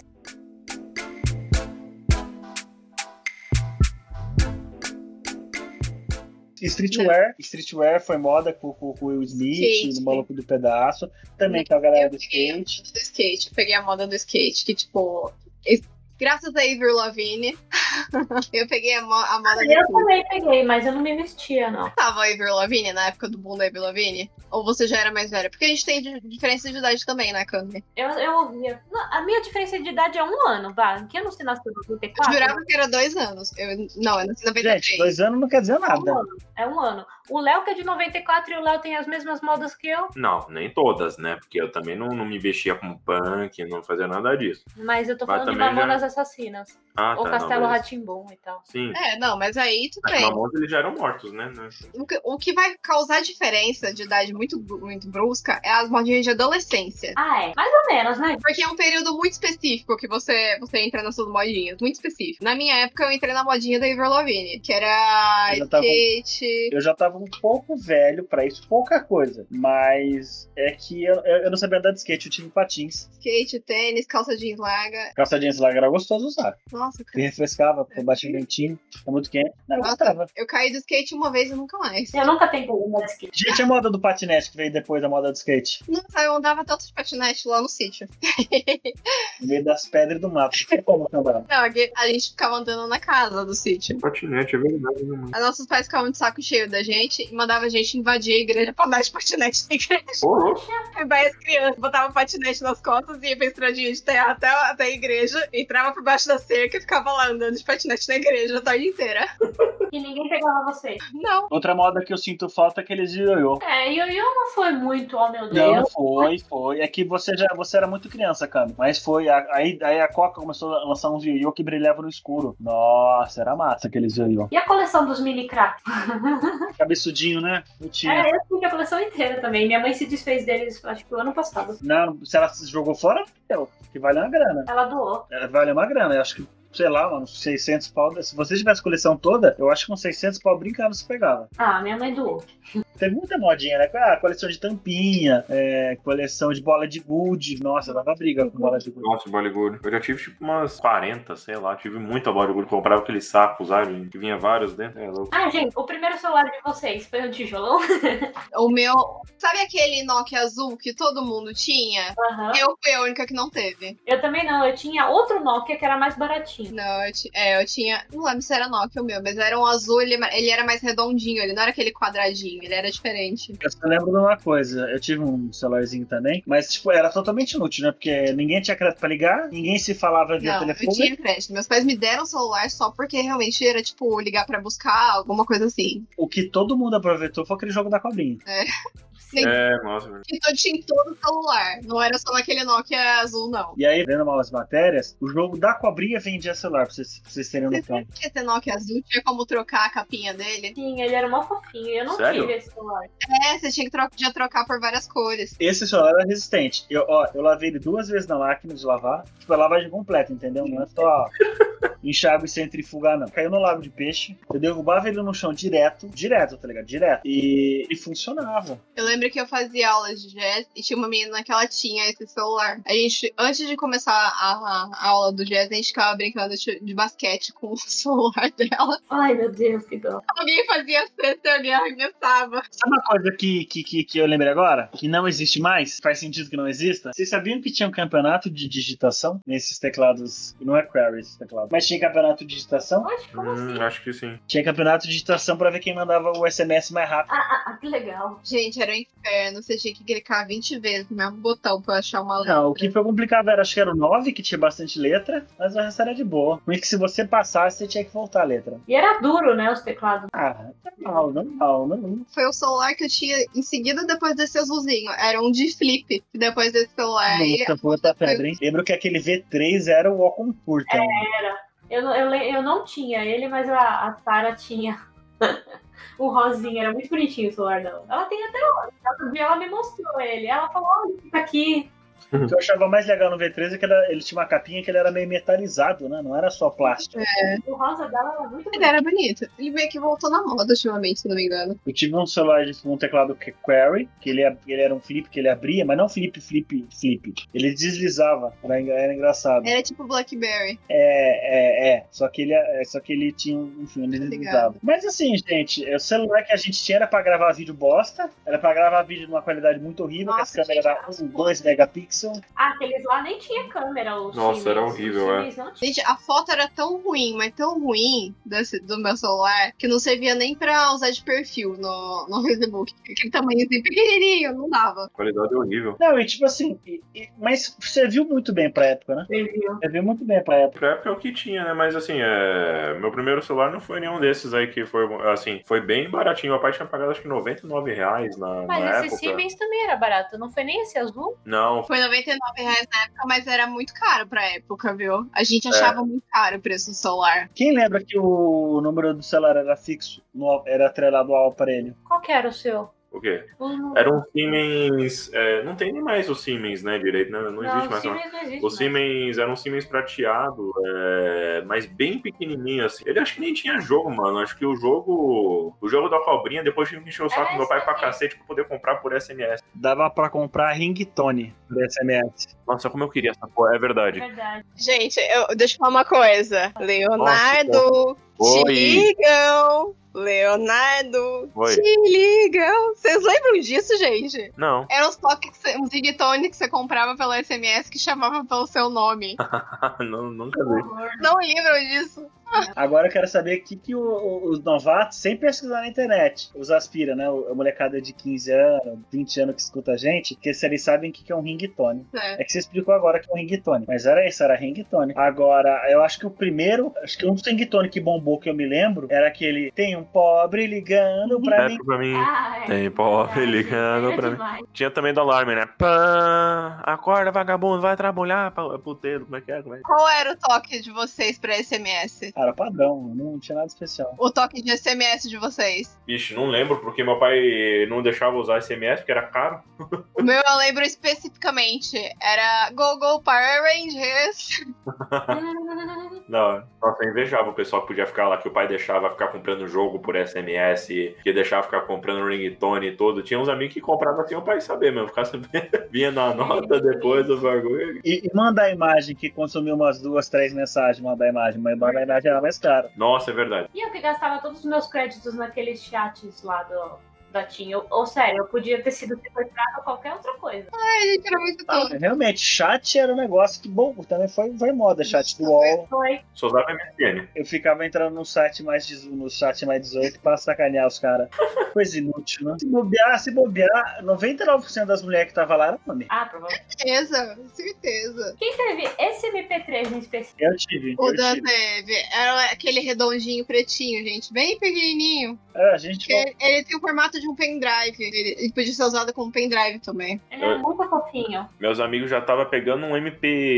S2: Streetwear, streetwear foi moda com, com, com o Will Smith,
S1: Skate.
S2: o maluco do pedaço. Também com a galera
S1: Eu
S2: do
S1: peguei a moda
S2: skate.
S1: do skate, eu peguei a moda do skate, que tipo. es- Graças a Avril Lavigne, eu peguei a, mo- a
S2: Ah,
S1: moda
S3: Eu
S1: do
S3: também peguei, mas eu não me vestia, não.
S1: Tava a Avril Lavigne na época do boom da Avril Lavigne? Ou você já era mais velha? Porque a gente tem di- diferença de idade também, né, Cami?
S3: Eu, eu ouvia. Não, a minha diferença de idade é um ano, vá. Que ano você nasceu?
S1: Eu
S3: 94?
S1: jurava que era dois anos. Eu, não, eu nasci em 93.
S2: Ah, Gente, dois anos não quer dizer
S3: É um
S2: nada.
S3: ano. É um ano. O Léo que é de 94 e o Léo tem as mesmas modas que eu,
S5: Não, nem todas, né? Porque eu também não, não me vestia como punk, não fazia nada disso.
S3: mas eu tô
S5: Mas
S3: falando de
S5: também
S3: Mamonas Assassinas.
S5: Ah,
S3: ou
S5: tá.
S3: Castelo
S5: não, mas-
S3: Ratimbum e tal.
S5: Sim.
S1: É, não, mas aí tudo
S5: Mas
S1: bem.
S5: mamões eles já eram mortos, né? né?
S1: O que, o que vai causar diferença de idade muito, bru- muito brusca é as modinhas de adolescência.
S3: Ah, é. Mais ou menos, né?
S1: Porque é um período muito específico que você, você entra nas suas modinhas, muito específico. Na minha época, eu entrei na modinha da Avril Lavigne, que era
S2: Eu já tava-
S1: skate...
S2: Eu já tava um pouco velho pra isso, pouca coisa. Mas é que eu, eu eu não sabia andar de skate, eu tive patins.
S1: Skate, tênis, calça jeans larga.
S2: Calça jeans larga era gostoso usar.
S1: Nossa,
S2: Me
S1: cara.
S2: refrescava, porque batia ventinho, tá muito quente. Não, eu gostava.
S1: Eu caí do skate uma vez e nunca mais.
S3: Eu nunca tentei andar de skate.
S2: Gente, a moda do patinete que veio depois da moda do skate.
S1: Nossa, eu andava tanto de patinete lá no sítio.
S2: No meio das pedras do mato. Não tinha como andar.
S1: Não, aqui a gente ficava andando na casa do sítio.
S5: Patinete, é verdade, né? mano?
S1: Os nossos pais ficavam de saco cheio da gente e mandavam a gente invadir a igreja pra andar de patinete na igreja.
S5: Ô, louco.
S1: Aí vai as crianças, botava patinete nas costas, ia pra estradinha de terra até, até a igreja, entrava por baixo da cerca e ficava lá andando de patinete na igreja a tarde inteira.
S3: E ninguém pegava você.
S1: Não.
S2: Outra moda que eu sinto falta é aqueles de ioiô.
S3: É, e eu, eu não foi muito, ó meu Deus.
S2: Não, foi, foi. É que você já você era muito criança, Cami. Mas foi. a- Aí, aí a Coca começou a lançar uns ioiô que brilhavam no escuro. Nossa, era massa aqueles ioiô.
S3: E a coleção dos mini crack?
S2: Cabeçudinho, né? Eu tinha.
S3: É, eu tive a coleção inteira também. Minha mãe se desfez deles, acho que o ano passado.
S2: Não, se ela se jogou fora, eu, que vale uma grana.
S3: Ela doou.
S2: É, Vale uma grana. Eu acho que, sei lá, mano, 600 pau. Se você tivesse coleção toda, eu acho que com 600 pau brincando você pegava.
S3: Ah, minha mãe doou.
S2: Teve muita modinha, né? Ah, coleção de tampinha, é, coleção de bola de gude. Nossa, dava briga com bola de gude.
S5: Nossa, bodyguard. Eu já tive tipo umas 40, sei lá. Tive muita bodyguard. Comprava aqueles sacos, sabe? Que vinha vários dentro. É louco.
S3: Ah, gente, o primeiro celular de vocês foi um tijolão?
S1: O meu. Sabe aquele Nokia azul que todo mundo tinha?
S3: Aham.
S1: Eu fui a única que não teve.
S3: Eu também não, eu tinha outro Nokia que era mais baratinho.
S1: Não, eu, ti- é, eu tinha. Não lembro se era Nokia o meu, mas era um azul, ele, ele era mais redondinho, ele não era aquele quadradinho, ele era diferente.
S2: Eu só lembro de uma coisa, eu tive um celularzinho também, mas tipo, era totalmente inútil, né? Porque ninguém tinha crédito pra ligar, ninguém se falava via
S1: Não, eu
S2: telefone.
S1: tinha crédito. Meus pais me deram o celular só porque realmente era, tipo, ligar pra buscar, alguma coisa assim.
S2: O que todo mundo aproveitou foi aquele jogo da cobrinha.
S1: Sim.
S5: É, nossa.
S1: Que eu tinha em todo o celular. Não era só naquele Nokia azul, não.
S2: E aí, vendo umas matérias, o jogo da cobrinha vendia celular, pra vocês, pra vocês terem
S1: Você
S2: noção.
S1: sabia que esse Nokia azul tinha como trocar a capinha dele?
S3: Sim, ele era mó fofinho. Eu não
S5: Sério?
S3: tive esse celular.
S1: É, você tinha que tro já trocar por várias cores.
S2: Esse celular era resistente. Eu, ó, eu lavei ele duas vezes na máquina de lavar. Tipo, é lavagem completa, entendeu? Não é só enxágue e centrifugar, não. Caiu no lago de peixe, eu derrubava ele no chão direto, direto, tá ligado? Direto. E, e funcionava.
S1: Eu lembro que eu fazia aulas de jazz e tinha uma menina que ela tinha esse celular. A gente, antes de começar a, a aula do jazz, a gente ficava brincando de, de basquete com o celular dela.
S3: Ai, meu Deus, que dó.
S1: Alguém fazia cesta e alguém arremessava.
S2: Sabe uma coisa que, que, que, que eu lembrei agora? Que não existe mais? Faz sentido que não exista? Vocês sabiam que tinha um campeonato de digitação nesses teclados? Não é query esse teclado. Mas tinha campeonato de digitação?
S3: Oxe, como assim?
S5: Hum, acho que sim.
S2: Tinha campeonato de digitação pra ver quem mandava o SMS mais rápido.
S3: Ah, ah, ah, que legal.
S1: Gente, era um inferno. Você tinha que clicar 20 vezes no mesmo botão pra achar uma letra.
S2: Não, o que foi complicado era, acho que era o 9, que tinha bastante letra, mas o resto era de boa. Porque se você passasse, você tinha que voltar a letra.
S3: E era duro, né, os teclados.
S2: Ah, normal, normal, normal.
S1: Foi o celular que eu tinha em seguida depois desse azulzinho. Era um de flip depois desse celular. E-
S2: Nossa, puta pedra, hein? Lembro que aquele V3 era o Ocon curta. né?
S3: Eu, não- eu, le- eu não tinha ele, mas a, a Sara tinha. o rosinha, era muito bonitinho o celular dela. Ela tem até hoje. Ela, ela me mostrou ele. Ela falou, olha, isso aqui.
S2: O que eu achava mais legal no V3 é que era- ele tinha uma capinha que ele era meio metalizado, né? Não era só plástico.
S3: O rosa dela era muito
S1: Ele
S3: bonito.
S1: era bonito. Ele meio que voltou na moda ultimamente, se não me engano.
S2: Eu tive um celular de um teclado que- Query, que ele, ab- ele era um flip que ele abria, mas não flip, flip, flip. Ele deslizava. Era, engra- era engraçado.
S1: Era tipo Blackberry.
S2: É, é, é. Só que ele, é, só que ele tinha, um- enfim,
S1: Tá
S2: ele deslizava. Mas assim, gente, é, o celular que a gente tinha era pra gravar vídeo bosta, era pra gravar vídeo de uma qualidade muito horrível, que as
S1: Nossa,
S2: câmeras
S1: gente,
S2: eram 1, 2 megapixels.
S3: Ah, aqueles lá nem tinha câmera. Os
S5: Nossa, era
S3: chinês-
S5: horrível,
S3: os
S5: é.
S3: chinês não tinha.
S1: Gente, a foto era tão ruim, mas tão ruim desse- do meu celular, que não servia nem pra usar de perfil no, no Facebook. Aquele tamanhozinho pequenininho, não dava.
S5: Qualidade é horrível.
S2: Não, e tipo assim, e- e- mas serviu muito bem pra época, né?
S3: Serviu.
S2: Serviu muito bem pra época.
S5: Pra época é o que tinha, né? Mas assim, é... meu primeiro celular não foi nenhum desses aí que foi, assim, foi bem baratinho. Meu pai tinha pagado acho que 99 reais na,
S3: Mas
S5: na
S3: esse
S5: época.
S3: Siemens também era barato, não foi nem esse azul?
S5: Não,
S1: Foi R$ 99 reais na época, mas era muito caro pra época, viu? A gente achava muito caro o preço do celular.
S2: Quem lembra que o número do celular era fixo, no- era atrelado ao aparelho?
S3: Qual que era o seu?
S5: o quê?
S3: O-
S5: Era um Siemens. é, não tem nem mais o Siemens, né? Direito, né? Não, existe
S3: o
S5: mais. não.
S3: Siemens não existe.
S5: O
S3: mais.
S5: Siemens era um Siemens prateado, é, mas bem pequenininho, assim. Ele acho que nem tinha jogo, mano. Acho que o jogo. O jogo da cobrinha, depois tive que encher o saco
S3: É,
S5: do meu pai pra
S3: sim.
S5: cacete pra poder comprar por SMS.
S2: Dava pra comprar ringtone do SMS.
S5: Nossa, como eu queria essa porra. É verdade.
S3: Verdade.
S1: Gente, eu, deixa eu falar uma coisa.
S5: Leonardo, Oi!
S1: ligam! Leonardo,
S5: Oi.
S1: te ligam! Vocês lembram disso, gente?
S5: Não.
S1: Era uns toques, que você- uns zigtone que você comprava pelo SMS que chamava pelo seu nome.
S5: Não, nunca vi.
S1: Não lembram disso?
S2: Agora eu quero saber o que, que o- o- os novatos, sem pesquisar na internet, os aspira, né? O- A molecada de 15 anos, 20 anos que escuta a gente, que se eles sabem o que, que é um ringtone.
S1: É.
S2: É que você explicou agora que é um ringtone. Mas era isso, era ringtone. Agora, eu acho que o primeiro, acho que um dos ringtone que bombou que eu me lembro, era aquele tem um pobre ligando pra mim.
S5: É, pra mim.
S3: Ah, é.
S5: Tem pobre
S3: Verdade,
S5: ligando
S3: era
S5: pra mim.
S3: é demais.
S5: Tinha também do alarme, né? Pã, acorda, vagabundo, vai trabalhar, pa- puteiro, como é que é? Como é? que
S1: Qual era o toque de vocês pra SMS?
S2: Era padrão, não tinha nada especial.
S1: O toque de SMS de vocês?
S5: é? Bicho, não lembro porque meu pai não deixava usar SMS, porque era caro.
S1: O meu eu lembro especificamente. Era Go Go Power Rangers.
S3: Ah,
S5: Não, nossa, eu invejava o pessoal que podia ficar lá, que o pai deixava ficar comprando jogo por SMS, que deixava ficar comprando ringtone e tudo. Tinha uns amigos que compravam assim, o pai saber mesmo, ficar sabendo. Vinha na nota depois do bagulho.
S2: E, e mandar a imagem, que consumiu umas duas, três mensagens, mandar a imagem, mas mandar a imagem era mais caro.
S5: Nossa, é verdade.
S3: E eu que gastava todos os meus créditos naqueles chats lá do, da TIM. Eu- ou sério, eu podia ter sido sequestrada ou qualquer outra coisa.
S1: Ai, gente, era muito
S2: Ah,
S1: tonto.
S2: realmente, chat era um negócio que bom, também foi, foi moda, chat do UOL.
S3: Foi.
S5: Só usava MSN.
S2: Eu ficava entrando no site mais, dezo- no chat mais 18 pra sacanear os caras. Coisa inútil, né? Se bobear, se bobear, 99% das mulheres que tava lá era homem.
S3: Ah, provavelmente.
S1: Certeza, certeza.
S3: Quem teve esse MP3 em específico?
S2: Eu tive.
S1: O
S2: eu
S1: Dan
S2: tive.
S1: teve. Era aquele redondinho pretinho, gente. Bem pequenininho.
S2: É, a gente
S1: Que ele tem o formato de um pendrive. Ele, ele podia ser usado como pendrive também.
S3: Ele é
S5: Eu-
S3: muito fofinho.
S5: Meus amigos já tava pegando um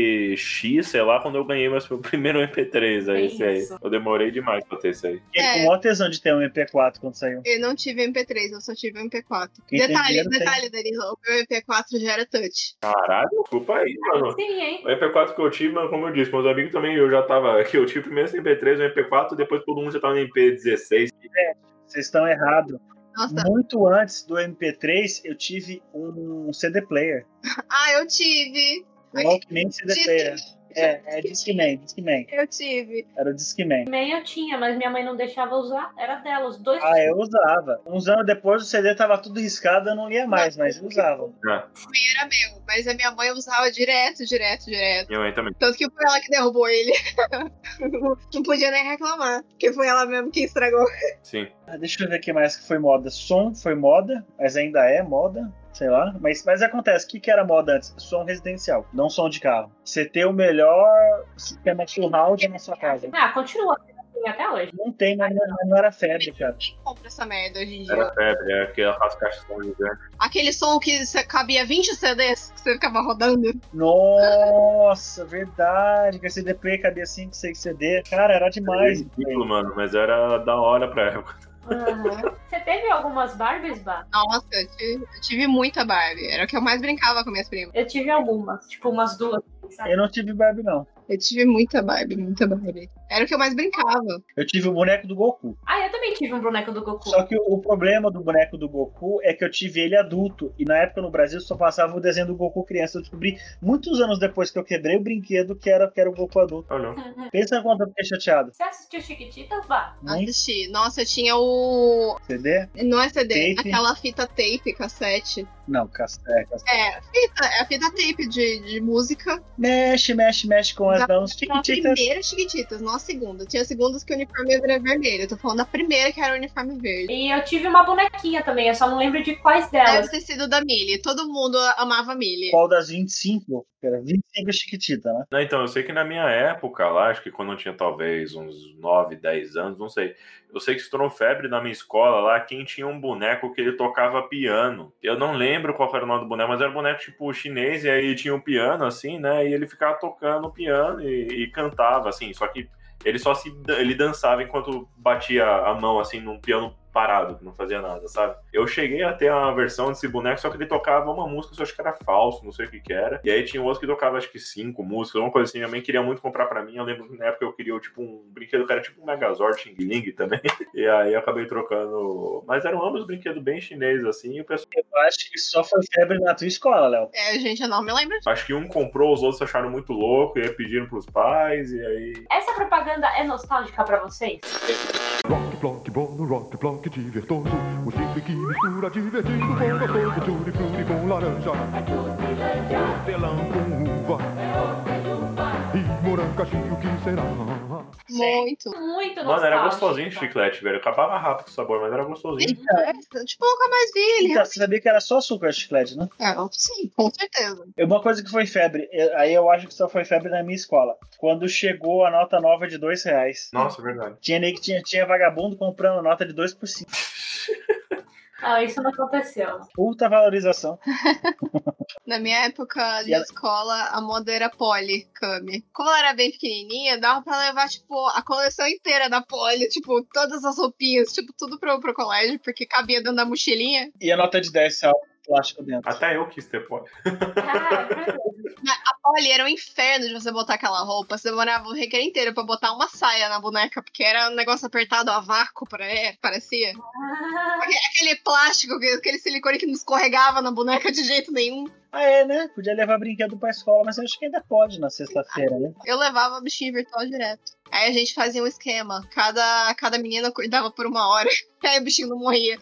S5: MPX, sei lá, quando eu ganhei meu primeiro MP3. É esse aí.
S3: Isso.
S5: Eu demorei demais pra ter esse aí.
S2: Fiquei com
S1: É.
S2: maior tesão de ter um MP4 quando saiu.
S1: Eu não tive MP3, eu só tive MP4.
S2: Quem tem
S1: detalhe,
S2: dinheiro tem.
S1: detalhe, Danilo. O meu MP4 já era touch.
S5: Caralho, desculpa aí, mano.
S3: Sim, hein?
S5: O MP4 que eu tive, mano, como eu disse, meus amigos também, eu já tava. Que eu tive primeiro esse MP3, o MP4, depois todo mundo já tava no MP16.
S2: Vocês estão errados.
S1: Nossa.
S2: Muito antes do MP3, eu tive um CD player.
S1: Ah, eu tive.
S2: Um Walkman CD player. É, é Discman, Discman.
S1: Eu tive.
S2: Era o Discman.
S3: Meio eu tinha, mas minha mãe não deixava usar. Era dela, os dois.
S2: Ah, eu usava. Uns anos depois o CD tava tudo riscado, eu não lia mais, mas eu usava.
S1: Era meu, mas a minha mãe usava direto, direto, direto.
S5: Minha mãe também.
S1: Tanto que foi ela que derrubou ele. não podia nem reclamar, porque foi ela mesmo que estragou.
S5: Sim.
S2: Ah, Deixa eu ver o que mais que foi moda. Som foi moda, mas ainda é moda, sei lá. Mas, mas acontece, o que, que era moda antes? Som residencial, não som de carro. Você ter o melhor sistema surround na sua casa.
S3: Ah, continua assim até hoje.
S2: Não tem, mas não, mas não era febre, cara.
S1: Quem compra essa merda hoje em dia?
S5: Era febre, é aquela as né? caixas tão gigantes.
S1: Aquele som que cê- cabia 20 CDs que você ficava rodando.
S2: Nossa, verdade. Que CD play cabia 5, 6 CD. Cara, era
S5: É
S2: demais.
S5: ridículo, mano, mas era da hora pra época.
S3: Você teve algumas Barbies, Bá?
S1: Nossa, eu tive, eu tive muita Barbie. Era o que eu mais brincava com minhas primas.
S3: Eu tive algumas, tipo umas duas. Sabe?
S2: Eu não tive Barbie, não.
S1: Eu tive muita Barbie, muita Barbie. Era o que eu mais brincava.
S2: Eu tive o boneco do Goku.
S3: Ah, eu também tive um boneco do Goku.
S2: Só que o- o problema do boneco do Goku é que eu tive ele adulto. E na época no Brasil só passava o desenho do Goku criança. Eu descobri muitos anos depois que eu quebrei o brinquedo que era, que era o Goku adulto.
S5: Olha, não.
S2: Pensa quanto eu fiquei chateado.
S3: Você assistiu Chiquititas, Bá?
S2: Nem
S1: Assisti. Nossa, eu tinha o.
S2: CD?
S1: Não é CD,
S2: Tape.
S1: aquela fita tape, cassete.
S2: Não, castelo.
S1: É, fita, é a fita tape de, de música.
S2: Mexe, mexe, mexe com as
S1: Da-
S2: mãos.
S1: Tinha a
S2: Chiquititas.
S1: primeira Chiquititas, não a segunda. Tinha segundas que o uniforme era vermelho. Eu tô falando da primeira que era o uniforme verde.
S3: E eu tive uma bonequinha também, eu só não lembro de quais delas.
S1: Deve ter sido da Millie. Todo mundo amava a Millie.
S2: Qual das 25? Era 25 Chiquitita, né?
S5: Não, então, eu sei que na minha época lá, acho que quando eu tinha talvez uns 9, 10 anos, não sei. Eu sei que se tornou febre na minha escola lá, quem tinha um boneco que ele tocava piano. Eu não lembro qual era o nome do boneco, mas era um boneco tipo chinês, e aí tinha um piano assim, né? E ele ficava tocando o piano e, e cantava, assim. Só que ele só se. dan- Ele dançava enquanto batia a mão, assim, num piano parado, que não fazia nada, sabe? Eu cheguei a ter uma versão desse boneco, só que ele tocava uma música, só acho que era falso, não sei o que que era. E aí tinha outro que tocava, acho que cinco músicas, uma coisa assim. Minha mãe queria muito comprar pra mim, eu lembro que na época eu queria, tipo, um brinquedo que era tipo um Megazord, Xing Ling também. E aí eu acabei trocando... Mas eram ambos brinquedos bem chineses, assim, e o pessoal...
S2: Eu acho que só foi febre na tua escola, Léo.
S1: É, gente, eu não me lembro.
S5: Acho que um comprou, os outros acharam muito louco, e aí pediram pros pais, e aí...
S3: Essa propaganda é nostálgica pra vocês?
S4: Rock, block, bolo, rock, block, divertoso. O sempre que mistura divertido com gostoso. Tutti frutti com laranja. Hortelã com uva. E morango caixinho que será.
S1: Muito.
S3: Muito nostálgica.
S5: Mano, era gostosinho o chiclete, velho. Acabava rápido com o sabor, mas era gostosinho.
S1: É, tipo, eu nunca mais vi ele.
S2: Então, você sabia que era só açúcar de chiclete, né? É
S1: É, sim, com certeza.
S2: Uma coisa que foi febre, eu- aí eu acho que só foi febre na minha escola. Quando chegou a nota nova de dois reais.
S5: Nossa, é verdade.
S2: Tinha nem que tinha, tinha vagabundo comprando nota de 2 por 5.
S3: Ah, isso não aconteceu.
S2: Puta valorização.
S1: Na minha época de
S2: E ela-
S1: escola, a moda era Polly Kami. Como ela era bem pequenininha, dava pra levar, tipo, a coleção inteira da Polly. Tipo, todas as roupinhas, tipo, tudo pro, pro colégio, porque cabia dentro da mochilinha.
S2: E a nota de 10 real com plástico dentro.
S5: Até eu quis ter pó.
S3: Ah, é verdade.
S1: A Polly era um inferno de você botar aquela roupa. Você demorava o recreio inteiro pra botar uma saia na boneca, porque era um negócio apertado a vácuo, pra- é, parecia.
S3: Ah,
S1: Aquele plástico, aquele silicone que não escorregava na boneca de jeito nenhum.
S2: Ah, é, né? Podia levar brinquedo pra escola, mas eu acho que ainda pode na sexta-feira, né?
S1: Eu levava o bichinho virtual direto. Aí a gente fazia um esquema. Cada, cada menina cuidava por uma hora. Aí o bichinho não morria.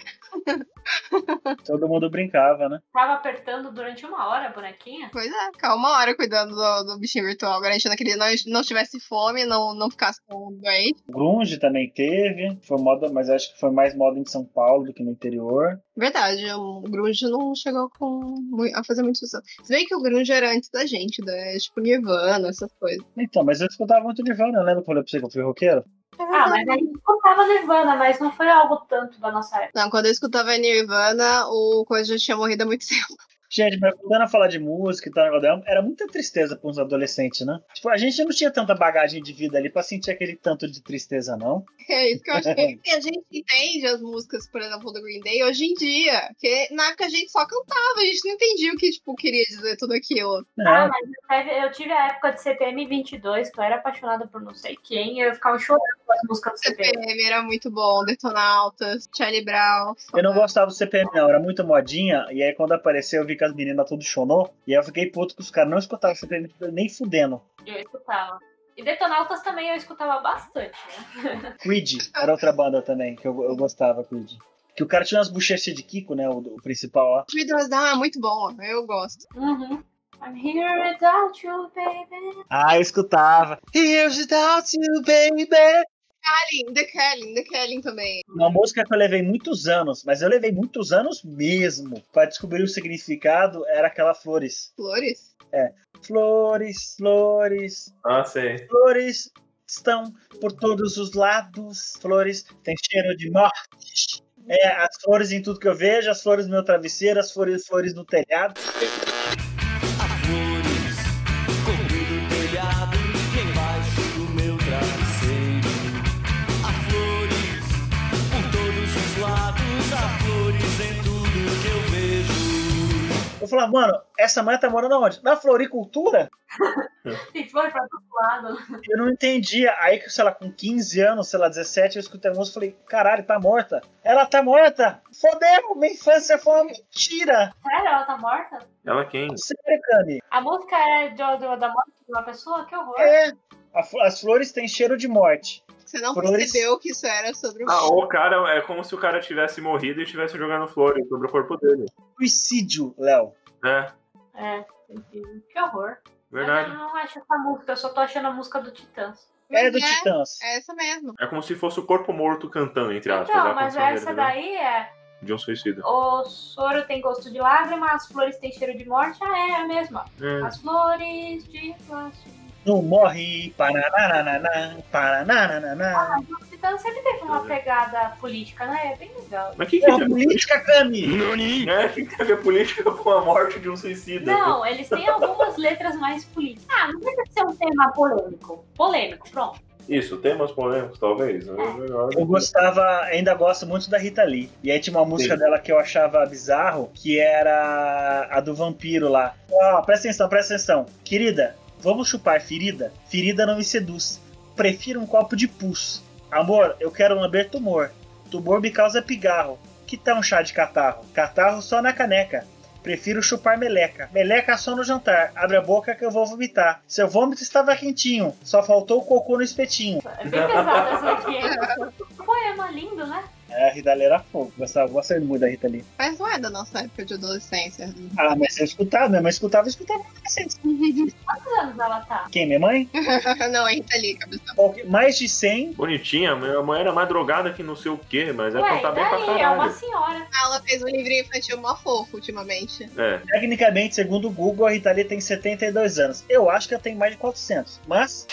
S2: Todo mundo brincava, né?
S3: Tava apertando durante uma hora a bonequinha?
S1: Pois é, ficava uma hora cuidando do, do bichinho virtual, garantindo que ele não, não tivesse fome, não, não ficasse com um doente.
S2: Grunge também teve. Foi moda, mas acho que foi mais moda em São Paulo do que no interior.
S1: Verdade, o Grunge não chegou com, mui- a fazer muito sucesso. Se bem que o Grunge era antes da gente, né? Tipo Nirvana, essas coisas.
S2: né? Então, mas eu escutava muito Nirvana. Lembra que eu falei pra você que eu fui roqueiro?
S3: Ah, mas a gente escutava Nirvana, mas não foi algo tanto da nossa época.
S1: Não, quando eu escutava Nirvana, o coisa já tinha morrido há muito tempo.
S2: Gente, mas voltando a falar de música e tal, negócio dela, era muita tristeza para uns adolescentes, né? Tipo, a gente não tinha tanta bagagem de vida ali pra sentir aquele tanto de tristeza, não.
S1: É isso que eu achei. Porque a gente entende as músicas, por exemplo, do Green Day hoje em dia. Porque na época a gente só cantava, a gente não entendia o que, tipo, queria dizer tudo aquilo.
S3: Ah,
S2: É,
S3: mas eu teve- eu tive a época de CPM 22, que eu era apaixonada por não sei quem, e eu ficava chorando com as músicas
S2: É
S3: do CPM.
S1: CPM era muito bom, Detonautas, Charlie Brown.
S2: eu não gostava do CPM, não. Era muito modinha. E aí, quando apareceu, eu vi que as meninas tudo chonô. E aí eu fiquei puto que os caras não escutavam CPM nem fudendo.
S3: Eu escutava. E Detonautas também eu escutava bastante, né?
S2: Creed era outra banda também, que eu, eu gostava, Creed. Que o cara tinha umas bochechas de Kiko, né? O, o principal lá.
S1: Creedence Down é muito bom, eu gosto.
S3: Uhum. I'm here without you, baby.
S2: Ah, eu escutava. Here's without you, baby.
S1: Kelly, The Kelly, The Kelly também.
S2: Uma música que eu levei muitos anos, mas eu levei muitos anos mesmo para descobrir o significado, era aquela Flores.
S1: Flores?
S2: Flores, flores,
S5: Ah, sei.
S2: flores estão por todos os lados. Flores têm cheiro de morte. É, as flores em tudo que eu vejo, as flores no meu travesseiro, as flores, flores no telhado.
S8: flores Correndo no telhado Embaixo do meu travesseiro Há flores Por todos os lados Há flores em tudo que eu vejo
S2: Eu falava, mano, essa mãe tá morando onde? Na floricultura?
S3: Se for pra todo lado. né?
S2: Eu não entendia. Aí, que sei lá, com 15 anos, sei lá, 17, eu escutei a música e falei, caralho, tá morta. Ela tá morta! Fodeu! Minha infância foi uma mentira!
S3: Sério, ela tá morta?
S5: Ela é quem?
S2: Sério, Cami?
S3: A música é do, do- da morte de uma pessoa? Que horror.
S2: É. A fl- As flores têm cheiro de morte.
S1: Você não
S2: Flores.
S1: percebeu que isso era sobre o
S5: Ah, o cara é como se o cara tivesse morrido e estivesse jogando flores sobre o corpo dele.
S2: Suicídio, Léo.
S5: É,
S3: É, enfim, que horror. Mas eu
S5: verdade.
S3: não acho essa música, eu só tô achando a música do Titãs.
S2: É do
S1: Mas é-
S2: Titãs.
S1: É essa mesmo.
S5: É como se fosse o corpo morto cantando, entre aspas. é
S3: Então,
S5: a
S3: mas
S5: condição
S3: essa
S5: dele, né?
S3: daí é
S5: De um suicida.
S3: o soro tem gosto de lágrima, as flores têm cheiro de morte, ah, é a mesma.
S5: É.
S3: As flores de plástico.
S2: Não morre. Paranananá, paranananá.
S3: Então sempre teve
S5: Uhum.
S3: uma pegada política, né? É bem legal.
S5: Mas o que, que,
S2: Porra,
S5: tem-
S2: política, Cami!
S5: né? que que tem a ver política com a morte de um suicida?
S3: Não, eles têm algumas letras mais políticas. Ah, não precisa ser um tema polêmico. Polêmico, pronto.
S5: Isso, temas polêmicos, talvez.
S3: É.
S5: né?
S2: Eu gostava, ainda gosto muito da Rita Lee. E aí tinha uma música
S5: Sim.
S2: dela que eu achava bizarro, que era a do vampiro lá. Ó, presta atenção, presta atenção. Querida, vamos chupar ferida? Ferida não me seduz. Prefiro um copo de pus. Amor, eu quero lamber tumor. Tumor me causa pigarro. Que tal um chá de catarro? Catarro só na caneca. Prefiro chupar meleca. Meleca só no jantar. Abre a boca que eu vou vomitar. Seu vômito estava quentinho. Só faltou o cocô no espetinho.
S3: É bem pesado essa aqui. hein? Poema lindo, né?
S2: É, a Rita Lee era fogo. Gostava, gostava muito da Rita Lee.
S1: Mas não é da nossa época de adolescência.
S2: Ah, mas eu escutava, minha mãe escutava, eu escutava adolescente.
S3: Quantos anos ela tá?
S2: Quem? Minha mãe?
S1: não, é Rita Lee, cabeça.
S2: Qualquer- Mais de 100.
S5: Bonitinha, minha mãe era mais drogada que não sei o quê, mas ela
S3: Ué,
S5: cantar
S3: e
S5: bem pra
S3: daí? É uma
S5: caralho.
S3: senhora.
S1: Ah, Ela fez um livrinho infantil mó fofo ultimamente.
S5: É,
S2: Tecnicamente, segundo o Google, a Rita Lee tem 72 anos. Eu acho que ela tem mais de 400. Mas,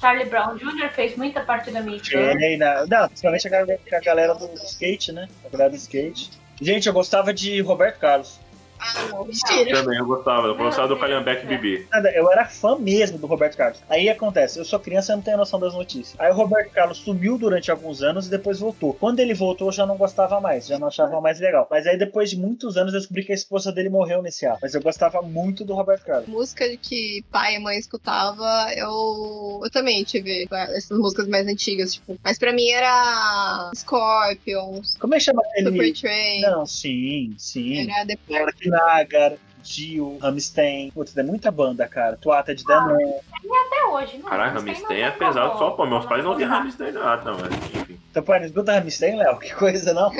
S3: Charlie Brown Jr. fez muita parte da minha infância.
S2: é, na- não, principalmente a galera, a galera do skate, né? A galera do skate. Gente, eu gostava de Roberto Carlos.
S1: Ah, não, mentira.
S5: também eu gostava. Eu
S3: Meu
S5: gostava do
S3: Deus,
S5: Calhambeque
S3: cara.
S5: Bibi.
S2: Nada, Eu era fã mesmo do Roberto Carlos. Aí acontece, eu sou criança e não tenho noção das notícias. Aí o Roberto Carlos sumiu durante alguns anos e depois voltou. Quando ele voltou, eu já não gostava mais, já não achava mais legal. Mas aí depois de muitos anos eu descobri que a esposa dele morreu nesse ar. Mas eu gostava muito do Roberto Carlos.
S1: Música que pai e mãe escutava, eu, eu também tive essas músicas mais antigas, tipo. Mas pra mim era Scorpions,
S2: Como é que chama
S1: Super
S2: aquele?
S1: Train,
S2: Não, sim, sim.
S1: era The
S2: Laura Kinagar, Dio, Rammstein. Putz, é muita banda, cara. Toata de Danone.
S3: Até hoje, né?
S5: Caralho, Ramstein é pesado só, pô. Meus pais não têm Ramstein nada, mas enfim.
S2: Então, pô, não escuta Rammstein, Léo? Que coisa, não?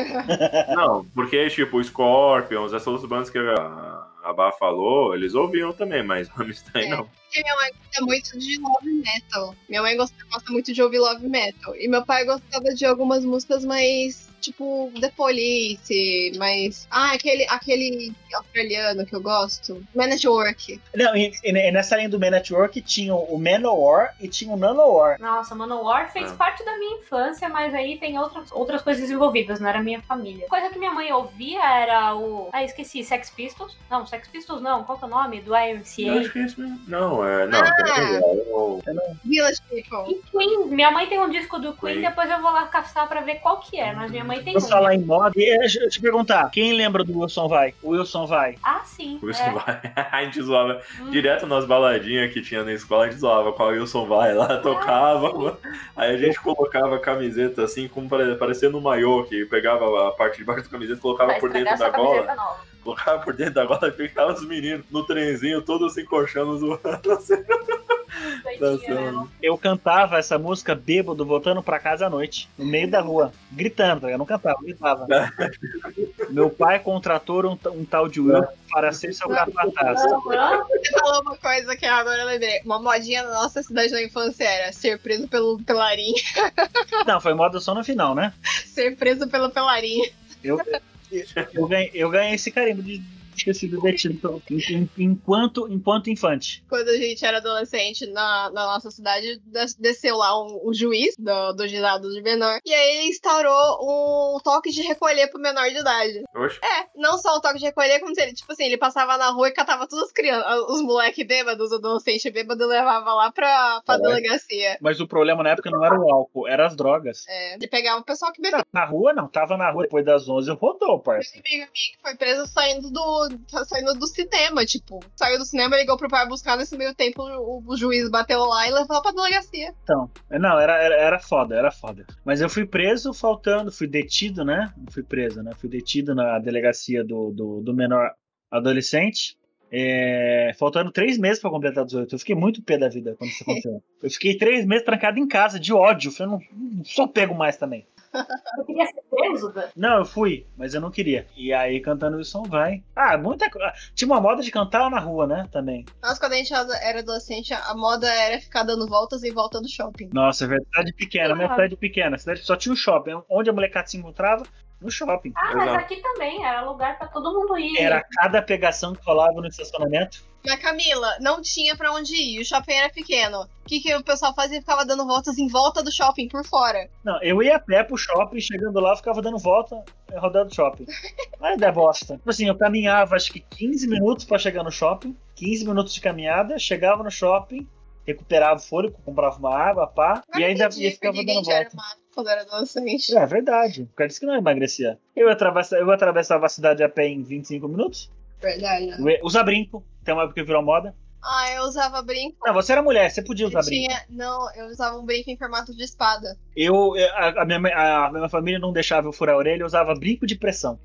S5: Não, porque, tipo, Scorpions, essas outras bandas que a, a a Bá falou, eles ouviam também, mas Rammstein
S1: É.
S5: não.
S1: Porque minha mãe gosta muito de love metal. Minha mãe gosta, gosta muito de ouvir love metal. E meu pai gostava de algumas músicas mais, tipo, The Police, mais... Ah, aquele, aquele australiano que eu gosto. Man at Work.
S2: Não, e, e- e nessa linha do Man at Work tinha o Manowar e tinha o Nanowar.
S3: Nossa, Manowar fez
S5: Ah.
S3: parte da minha infância, mas aí tem outras, outras coisas envolvidas, não era minha família. Coisa que minha mãe ouvia era o. Ah, esqueci, Sex Pistols? Não, Sex Pistols não, qual que é o nome? Do
S5: Eu acho
S3: IMCA.
S5: que é isso mesmo. Não, é. Não, peraí, eu-
S1: Village People.
S3: E Queen, minha mãe tem um disco do Queen,
S5: Queen.
S3: depois eu vou lá caçar pra ver qual que é, mas minha mãe tem
S2: Vamos
S3: um.
S2: falar em moda. E eh, deixa eu te perguntar, quem lembra do Wilson Vai? O Wilson Vai.
S3: Ah, sim.
S5: o
S3: é.
S5: Wilson vai. A gente zoava.
S3: Hum.
S5: Direto nas baladinhas que tinha na escola, a gente zoava com a Wilson vai lá, tocava. Aí a gente colocava a camiseta assim, como pare- parecendo um maiô, que pegava a parte de baixo da camiseta e colocava
S3: Vai
S5: por
S3: estragar
S5: dentro da
S3: essa
S5: gola.
S3: camiseta nova.
S5: Colocava por dentro da gola e ficava os meninos no trenzinho, todos se encoxando, zoando assim.
S3: Doidinha, né?
S5: Dançando.
S2: Eu cantava essa música bêbado, voltando pra casa à noite, no meio da rua, gritando. Eu não cantava, eu gritava. Meu pai contratou um, ta- um tal de Will para ser seu capataz.
S3: Hã?
S1: Você falou uma coisa que eu agora lembrei. Uma modinha na nossa cidade na infância era ser preso pelo pelarim.
S2: Não, foi moda só no final, né?
S1: Ser preso pelo pelarim.
S2: Eu, eu, ganhei, eu ganhei esse carimbo de de ter sido detido pelo- en- en- enquanto, enquanto infante.
S1: Quando a gente era adolescente na, na nossa cidade, des- desceu lá um, um juiz do, do ginásio de menor. E aí ele instaurou um toque de recolher pro menor de idade.
S5: Oxe,
S1: É, não só o toque de recolher, como se ele, tipo assim, ele passava na rua e catava todas as crianças, os moleques bêbados, os adolescentes bêbados, e levava lá pra, pra
S5: Caraca.
S1: delegacia.
S2: Mas o problema na época não era o álcool, eram as drogas.
S1: É, ele pegava o pessoal que bebia.
S2: Na rua não, tava na rua depois das 11, rodou, parça.
S1: Teve amiga minha que foi presa saindo do, saindo do cinema, tipo. Saiu do cinema, ligou pro pai buscar, nesse meio tempo o, o juiz bateu lá e levou lá pra delegacia.
S2: Então, não, era, era, era foda, era foda. Mas eu fui preso faltando, fui detido, né? Não fui preso, né? Fui detido na delegacia do, do, do menor adolescente. é, faltando três meses pra completar 18. Eu fiquei muito pé da vida quando isso aconteceu. Eu fiquei três meses trancado em casa, de ódio. Eu Falei, não, não só pego mais também.
S3: Eu queria ser preso, né? Dan.
S2: Não, eu fui, mas eu não queria. E aí, cantando o som, vai. Ah, muita coisa. Tinha uma moda de cantar na rua, né? Também.
S1: Nossa, quando a gente era adolescente, a moda era ficar dando voltas e volta do shopping.
S2: Nossa, é verdade pequena, minha
S3: Ah.
S2: cidade é pequena. Cidade que só tinha um shopping. Onde a molecada se encontrava? No shopping.
S3: Ah, mas
S5: Exato.
S3: aqui também era lugar pra todo mundo ir.
S2: Era cada pegação que rolava no estacionamento.
S1: Mas Camila, não tinha pra onde ir, o shopping era pequeno. O que, que o pessoal fazia? Ficava dando voltas em volta do shopping, por fora.
S2: Não, eu ia a pé pro shopping, chegando lá, eu ficava dando volta, eh, rodando o shopping. Aí dá bosta. Tipo assim, eu caminhava acho que 15 minutos pra chegar no shopping, 15 minutos de caminhada, chegava no shopping, recuperava o fôlego, comprava uma água, pá,
S1: Agora
S2: e ainda
S1: entendi
S2: ia ficava
S1: porque
S2: dando
S1: ninguém
S2: volta.
S1: tinha armado quando era adolescente.
S2: É verdade, por causa disso que não emagrecia. Eu atravessava, eu atravessava a cidade a pé em 25 minutos,
S1: Verdade. né?
S2: eu ia- usa brinco, tem uma época que virou moda.
S1: Ah, eu usava brinco.
S2: Não, você era mulher, você podia
S1: Eu
S2: usar brinco.
S1: tinha... Não, eu usava um brinco em formato de espada.
S2: Eu, é, a, a minha, mãe- a, a minha família não deixava eu furar a orelha, eu usava brinco de pressão.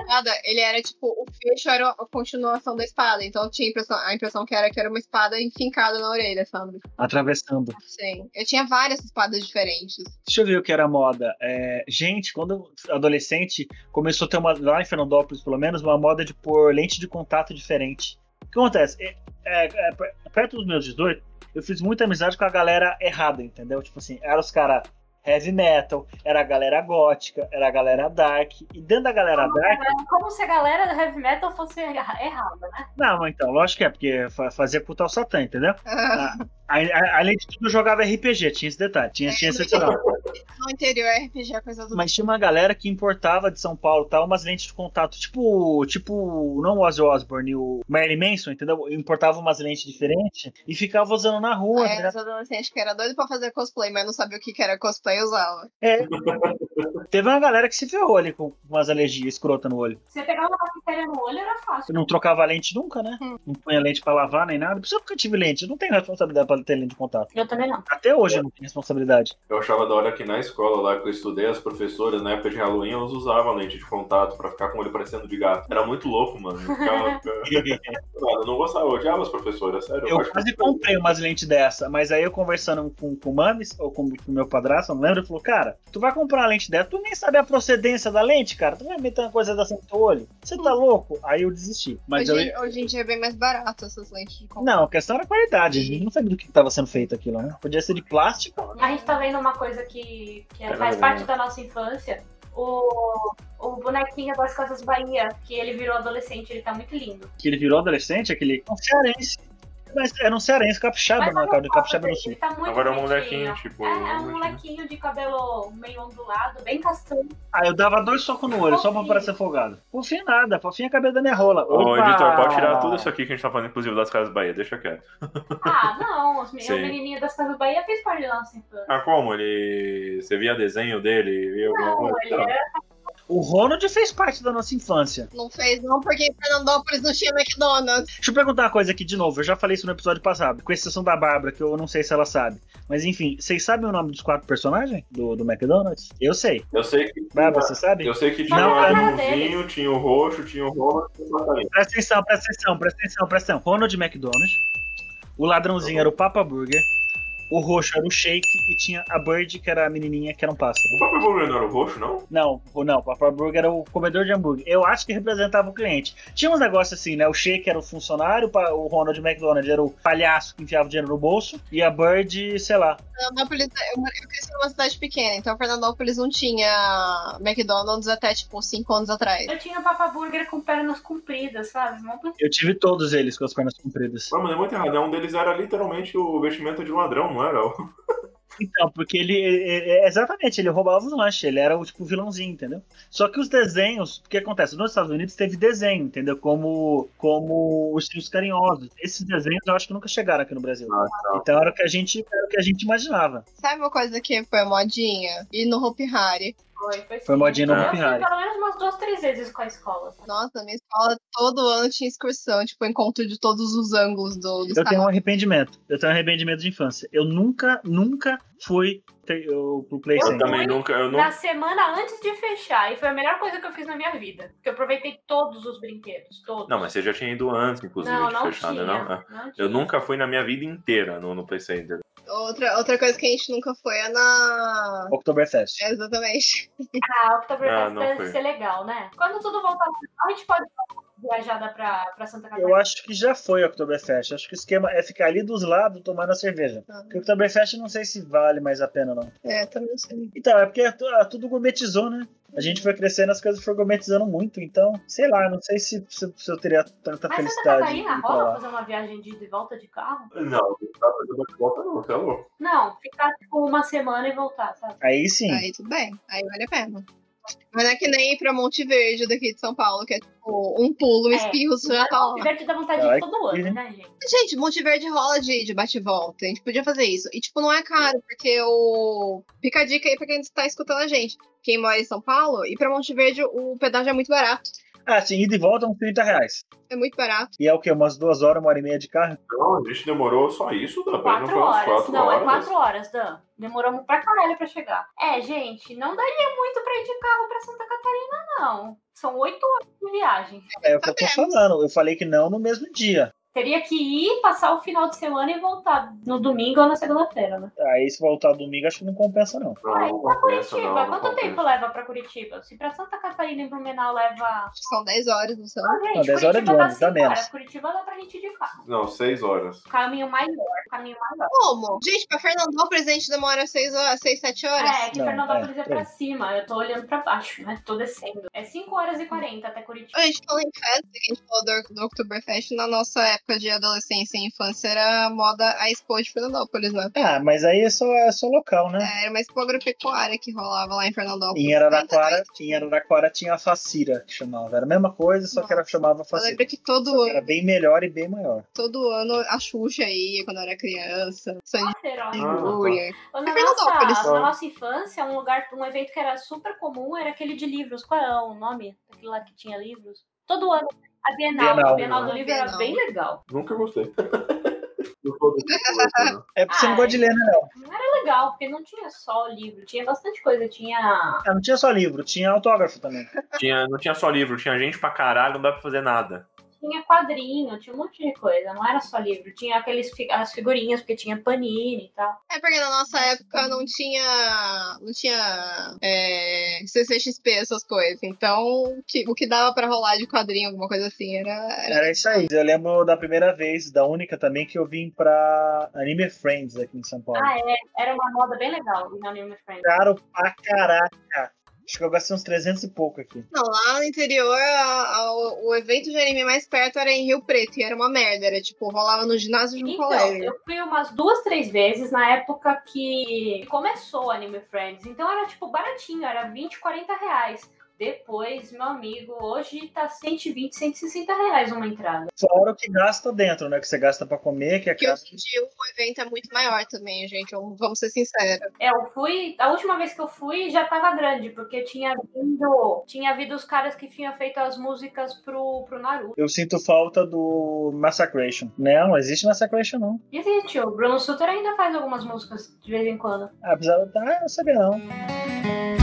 S1: espada, ele era tipo, o fecho era a continuação da espada. Então eu tinha a impressão, a impressão que era que era uma espada enfincada na orelha, sabe?
S2: Atravessando.
S1: Sim. Eu tinha várias espadas diferentes.
S2: Deixa eu ver o que era moda. É, gente, quando eu- adolescente, começou a ter uma, lá em Fernandópolis, pelo menos, uma moda de pôr lente de contato diferente. O que acontece? É, é, é, per- perto dos meus 18, eu fiz muita amizade com a galera errada, entendeu? Tipo assim, eram os caras heavy metal, era a galera gótica, era a galera dark. E dentro da galera dark.
S3: Como se a galera do heavy metal fosse erra- errada, né?
S2: Não, então, lógico que é, porque fa- fazia cultar o Satã, entendeu?
S1: Ah,
S2: Aí- aí- Além de tudo, eu jogava RPG, tinha esse detalhe, tinha, tinha esse detalhe.
S1: no interior, RPG é coisa do.
S2: Mas tinha uma galera que importava de São Paulo e tal umas lentes de contato, tipo, tipo, não o Ozzy Osbourne, o Marilyn Manson, entendeu? Importava umas lentes diferentes e ficava usando na rua,
S1: Ah, era
S2: né?
S1: os adolescentes que era doido pra fazer cosplay, mas não sabia o que que era cosplay e usava.
S2: É. Teve uma galera que se ferrou ali com umas alergias escrota no olho.
S3: Você pegar uma bactéria no olho era fácil.
S2: Eu não trocava lente nunca, né? Não punha lente pra lavar nem nada. Por isso que eu nunca tive lente, eu não tenho responsabilidade pra não tem linha de contato.
S3: Eu também não.
S2: Até hoje eu não tenho responsabilidade.
S5: Eu achava da hora que na escola lá que eu estudei, as professoras, na época de Halloween, elas usavam lente de contato pra ficar com o olho parecendo de gato. Era muito louco, mano. Eu, ficava- "Ah, eu não gostava, eu odiava as professoras, sério.
S2: Eu
S5: acho que-
S2: quase comprei umas lentes dessa, mas aí eu conversando com, com o Mames, ou com o meu padrasto, não lembro, ele falou, cara, tu vai comprar uma lente dessa, tu nem sabe a procedência da lente, cara, tu vai meter uma coisa dessa no teu olho, você tá
S3: Hum.
S2: louco? Aí eu desisti. Mas
S1: hoje,
S2: eu...
S1: hoje em dia é bem mais barato essas lentes de compra.
S2: Não, a questão era qualidade, a gente não sabia do que estava sendo feito aquilo, né? Podia ser de plástico,
S3: A gente tá vendo uma coisa que, que
S5: Caralho,
S3: faz parte
S5: né?
S3: da nossa infância. O, o bonequinho das Casas Bahia, que ele virou adolescente, ele tá muito lindo.
S2: que ele virou adolescente, aquele um cearense. Mas era um cearense capixaba,
S3: É Mas
S2: não,
S3: eu
S2: cara, do
S3: gosto
S2: capixaba
S3: dele,
S2: no sul.
S3: Ele tá muito
S5: Agora é um
S3: bonitinho.
S5: molequinho, tipo.
S3: É, é um
S5: muito-
S3: molequinho de cabelo meio ondulado, bem castanho.
S2: Ah, eu dava dois socos no olho, só pra parecer folgado. Fofinha nada, fofinha é cabelo da minha rola.
S5: Ô,
S2: Opa!
S5: editor, pode tirar tudo isso aqui que a gente tá falando, inclusive, das Casas Bahia, deixa quieto.
S3: Ah, não, os men- o
S5: Sim.
S3: menininho das Casas Bahia fez assim, parte da nossa infância.
S5: Ah, como? Ele. Você via desenho dele? Via alguma
S3: Não,
S5: coisa?
S3: ele era
S2: O Ronald fez parte da nossa infância.
S1: Não fez não, porque em Fernandópolis não tinha McDonald's.
S2: Deixa eu perguntar uma coisa aqui de novo. Eu já falei isso no episódio passado, com exceção da Bárbara, que eu não sei se ela sabe. Mas enfim, vocês sabem o nome dos quatro personagens do, do McDonald's? Eu sei.
S5: Eu sei que.
S2: Bárbara, você sabe?
S5: Eu sei que tinha
S2: Não,
S5: o
S2: cara.
S5: azulzinho, tinha o roxo, tinha um o roxo e o batalhão.
S2: Presta atenção, presta atenção, presta atenção, presta atenção. Ronald McDonald. O ladrãozinho era o Papa Burger. O roxo era o Shake. E tinha a Bird, que era a menininha, que era um pássaro.
S5: O Papa Burger não era o roxo, não?
S2: Não, o- não, o Papa Burger era o comedor de hambúrguer. Eu acho que representava o cliente. Tinha uns negócios assim, né? O Shake era o funcionário, o pa- o Ronald McDonald era o palhaço que enfiava o dinheiro no bolso. E a Bird, sei lá,
S1: Fernandópolis, eu, eu cresci numa cidade pequena, então Fernandópolis não tinha McDonald's até, tipo, cinco anos atrás.
S3: Eu tinha um Papa Burger com pernas compridas, sabe? Um Uma coisa
S2: Eu tive todos eles com as pernas compridas.
S5: Mas, mano, é muito errado. né? Um deles era literalmente o vestimento de um ladrão, não era? O-
S2: Então, porque ele. é- é- é- exatamente, ele roubava os lanches, ele era o tipo vilãozinho, entendeu? Só que os desenhos, o que acontece? Nos Estados Unidos teve desenho, entendeu? Como, como os tios carinhosos. Esses desenhos eu acho que nunca chegaram aqui no Brasil.
S5: Ah,
S2: Então era o que a gente, era o que a gente imaginava.
S1: Sabe uma coisa que foi modinha? Ir no Hopi Hari.
S3: foi, foi,
S2: Foi
S3: sim.
S2: modinha no
S5: Ah.
S3: Eu
S2: Hopi
S3: fui
S2: Hari.
S3: pelo menos umas duas, três vezes com a escola. sabe?
S1: Nossa, na minha escola todo ano tinha excursão, tipo, encontro de todos os ângulos do, do
S2: Eu tenho um
S1: estado.
S2: arrependimento. Eu tenho um arrependimento de infância. Eu nunca, nunca fui ter- eu- pro Play
S5: Eu
S2: Center.
S5: também nunca. Eu
S3: Na
S5: não...
S3: semana antes de fechar, e foi a melhor coisa que eu fiz na minha vida. Porque eu aproveitei todos os brinquedos, todos.
S5: não, mas você já tinha ido antes, inclusive,
S3: não,
S5: de
S3: não
S5: fechar, né?
S3: tinha,
S5: Não? É.
S3: não tinha.
S5: Eu nunca fui na minha vida inteira no, no Play Center.
S1: Outra, outra coisa que a gente nunca foi é na.
S2: Oktoberfest.
S1: É, Exatamente.
S3: Ah,
S5: Ah,
S3: Oktoberfest
S5: não
S3: deve
S5: foi.
S3: ser legal, né? Quando tudo voltar, ao normal, a gente pode dar uma viajada pra, pra Santa Catarina.
S2: Eu acho que já foi Oktoberfest. Acho que o esquema é ficar ali dos lados tomando a cerveja.
S1: Ah,
S2: Porque o Oktoberfest não sei se vale mais a pena, não.
S1: É, também não sei.
S2: Então, é porque tu- ah, tudo gourmetizou, né? A gente foi crescendo, as coisas foram gourmetizando muito. Então, sei lá, não sei se, se- se eu teria tanta
S3: Mas Santa
S2: felicidade. de ir
S3: Catarina
S2: pra
S3: rola
S2: lá.
S3: fazer uma viagem de ida e volta de carro?
S5: Não, não tá fazendo bate-volta, não, tá louco.
S3: Não, ficar tipo uma semana e voltar, sabe?
S2: Aí sim.
S1: Aí tudo bem, aí vale a pena. Mas não é que nem ir pra Monte Verde daqui de São Paulo, que é tipo um pulo, um
S3: É.
S1: espirro, você já tá lá.
S3: Tiver que dar vontade de
S2: Ai,
S3: ir todo
S2: que-
S3: ano, né, gente?
S1: Gente, Monte Verde rola de, de bate-volta. A gente podia fazer isso. E, tipo, não é caro, porque o. Fica a dica aí pra quem tá escutando a gente. Quem mora em São Paulo, e pra Monte Verde o pedágio é muito barato.
S2: Ah, sim, ida e volta uns 30 reais.
S1: É muito barato.
S2: E é o quê? Umas duas horas, uma hora e meia de carro?
S5: Não, a gente demorou só isso, dá pra
S3: Quatro
S5: não foi umas
S3: horas.
S5: quatro
S3: não,
S5: horas.
S3: é quatro horas, Dan. Demoramos pra caralho pra chegar. É, gente, não daria muito pra ir de carro pra Santa Catarina, não. São oito horas de viagem.
S2: É o que eu tô
S1: Sabemos.
S2: falando. Eu falei que não no mesmo dia.
S3: Teria que ir, passar o final de semana e voltar no domingo ou na segunda-feira, né?
S2: Aí se voltar domingo, acho que não compensa, não.
S5: Não,
S3: Ai,
S5: não
S3: pra
S5: compensa,
S3: Curitiba,
S5: não, não
S3: quanto
S5: compensa.
S3: tempo leva pra Curitiba? Se pra Santa Catarina e Blumenau leva.
S1: Acho que são 10 horas, não são?
S3: Ah, gente,
S2: Não, 10 horas é
S3: Curitiba
S2: de ônibus, dá
S3: cinco horas.
S2: menos.
S3: Curitiba dá pra gente ir de carro.
S5: Não, seis horas.
S3: Caminho maior, caminho maior.
S1: Como? Gente, pra Fernandópolis a gente demora 6 horas, 6, 7 horas.
S3: É, que
S2: Não,
S3: Fernandópolis
S2: é,
S3: é,
S2: é.
S3: pra cima. Eu tô olhando pra baixo, né? Tô descendo. É 5 horas e 40 até Curitiba.
S1: A gente falou em festa, que a gente falou do, do Oktoberfest, na nossa época de adolescência e infância era moda a expo de Fernandópolis, né?
S2: Ah, mas aí é só, é só local, né?
S1: É, Era uma expo agropecuária que rolava lá em Fernandópolis.
S2: Em Araraquara, em Araraquara tinha a Facira, que chamava. Era a mesma coisa, só que ela chamava
S1: Eu
S2: Facira.
S1: lembro que todo
S2: Era
S1: ano,
S2: bem melhor e bem maior.
S1: todo ano a Xuxa ia quando eu era criança. Sandy
S3: Será?
S1: Júlia.
S3: Na
S1: Fernandópolis,
S3: nossa,
S5: ó.
S3: na nossa infância, um lugar, um evento que era super comum era aquele de livros. Qual é o nome daquele lá que tinha livros? Todo ano. A Bienal,
S2: Bienal,
S3: a Bienal do
S1: né?
S3: livro era
S1: Bienal.
S3: bem legal.
S5: Nunca gostei. por todo mundo.
S2: É porque você não
S3: Ah,
S2: gosta de ler, né, Léo?
S3: Não era legal, porque não tinha só livro, tinha bastante coisa. Tinha.
S2: Ah, Não tinha só livro, tinha autógrafo também.
S3: É.
S5: Tinha, não tinha só livro, tinha gente pra caralho, não dá pra fazer nada.
S3: Tinha quadrinho, tinha um monte de coisa, não era só livro. Tinha aqueles, fi- as figurinhas, porque tinha panini e tal.
S1: É porque na nossa época não tinha. não tinha é, CCXP, essas coisas. Então, o que, o que dava pra rolar de quadrinho, alguma coisa assim, era. era-
S2: Era isso aí. Eu lembro da primeira vez, da única também, que eu vim pra Anime Friends aqui em São Paulo.
S3: Ah, é. Era uma moda bem legal no Anime Friends.
S2: Caro pra caraca. Acho que eu gastei uns 300 e pouco aqui.
S1: Não, lá no interior, a- a- o- o evento de anime mais perto era em Rio Preto e era uma merda. Era tipo, rolava no ginásio de um
S3: Então,
S1: colégio.
S3: eu fui umas duas, três vezes na época que começou o Anime Friends. Então era tipo baratinho, era 20, 40 reais. Depois, meu amigo, hoje tá 120, 160 reais uma entrada.
S2: Fora o que gasta dentro, né? Que você gasta pra comer, que é
S1: Porque
S2: caro.
S1: hoje em dia o evento é muito maior também, gente. Vamos vamos ser sinceros.
S3: É, eu fui. A última vez que eu fui já tava grande, porque tinha vindo. Tinha vindo os caras que tinham feito as músicas pro, pro Naruto.
S2: Eu sinto falta do Massacration. Né? Não, não existe Massacration, não.
S3: Existe, assim, o Bruno Sutter ainda faz algumas músicas de vez em quando.
S2: Ah, Apesar de. Ah, eu sabia não.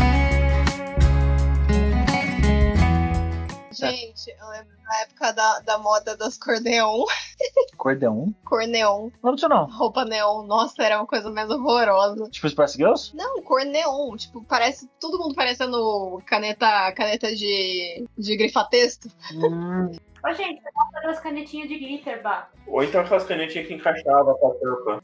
S1: Gente, eu lembro da época da, da moda das cor neon.
S2: Cordeão.
S1: Cor neon,
S2: Não disso não.
S1: roupa neon. Nossa, era uma coisa mais horrorosa.
S2: Tipo Spice Girls?
S1: Não, cor neon. Tipo, parece. Todo mundo parecendo caneta, caneta de, de grifa-texto.
S3: Ô, gente, você gosta das canetinhas de glitter, bah.
S5: Ou então aquelas canetinhas que encaixava com a tampa.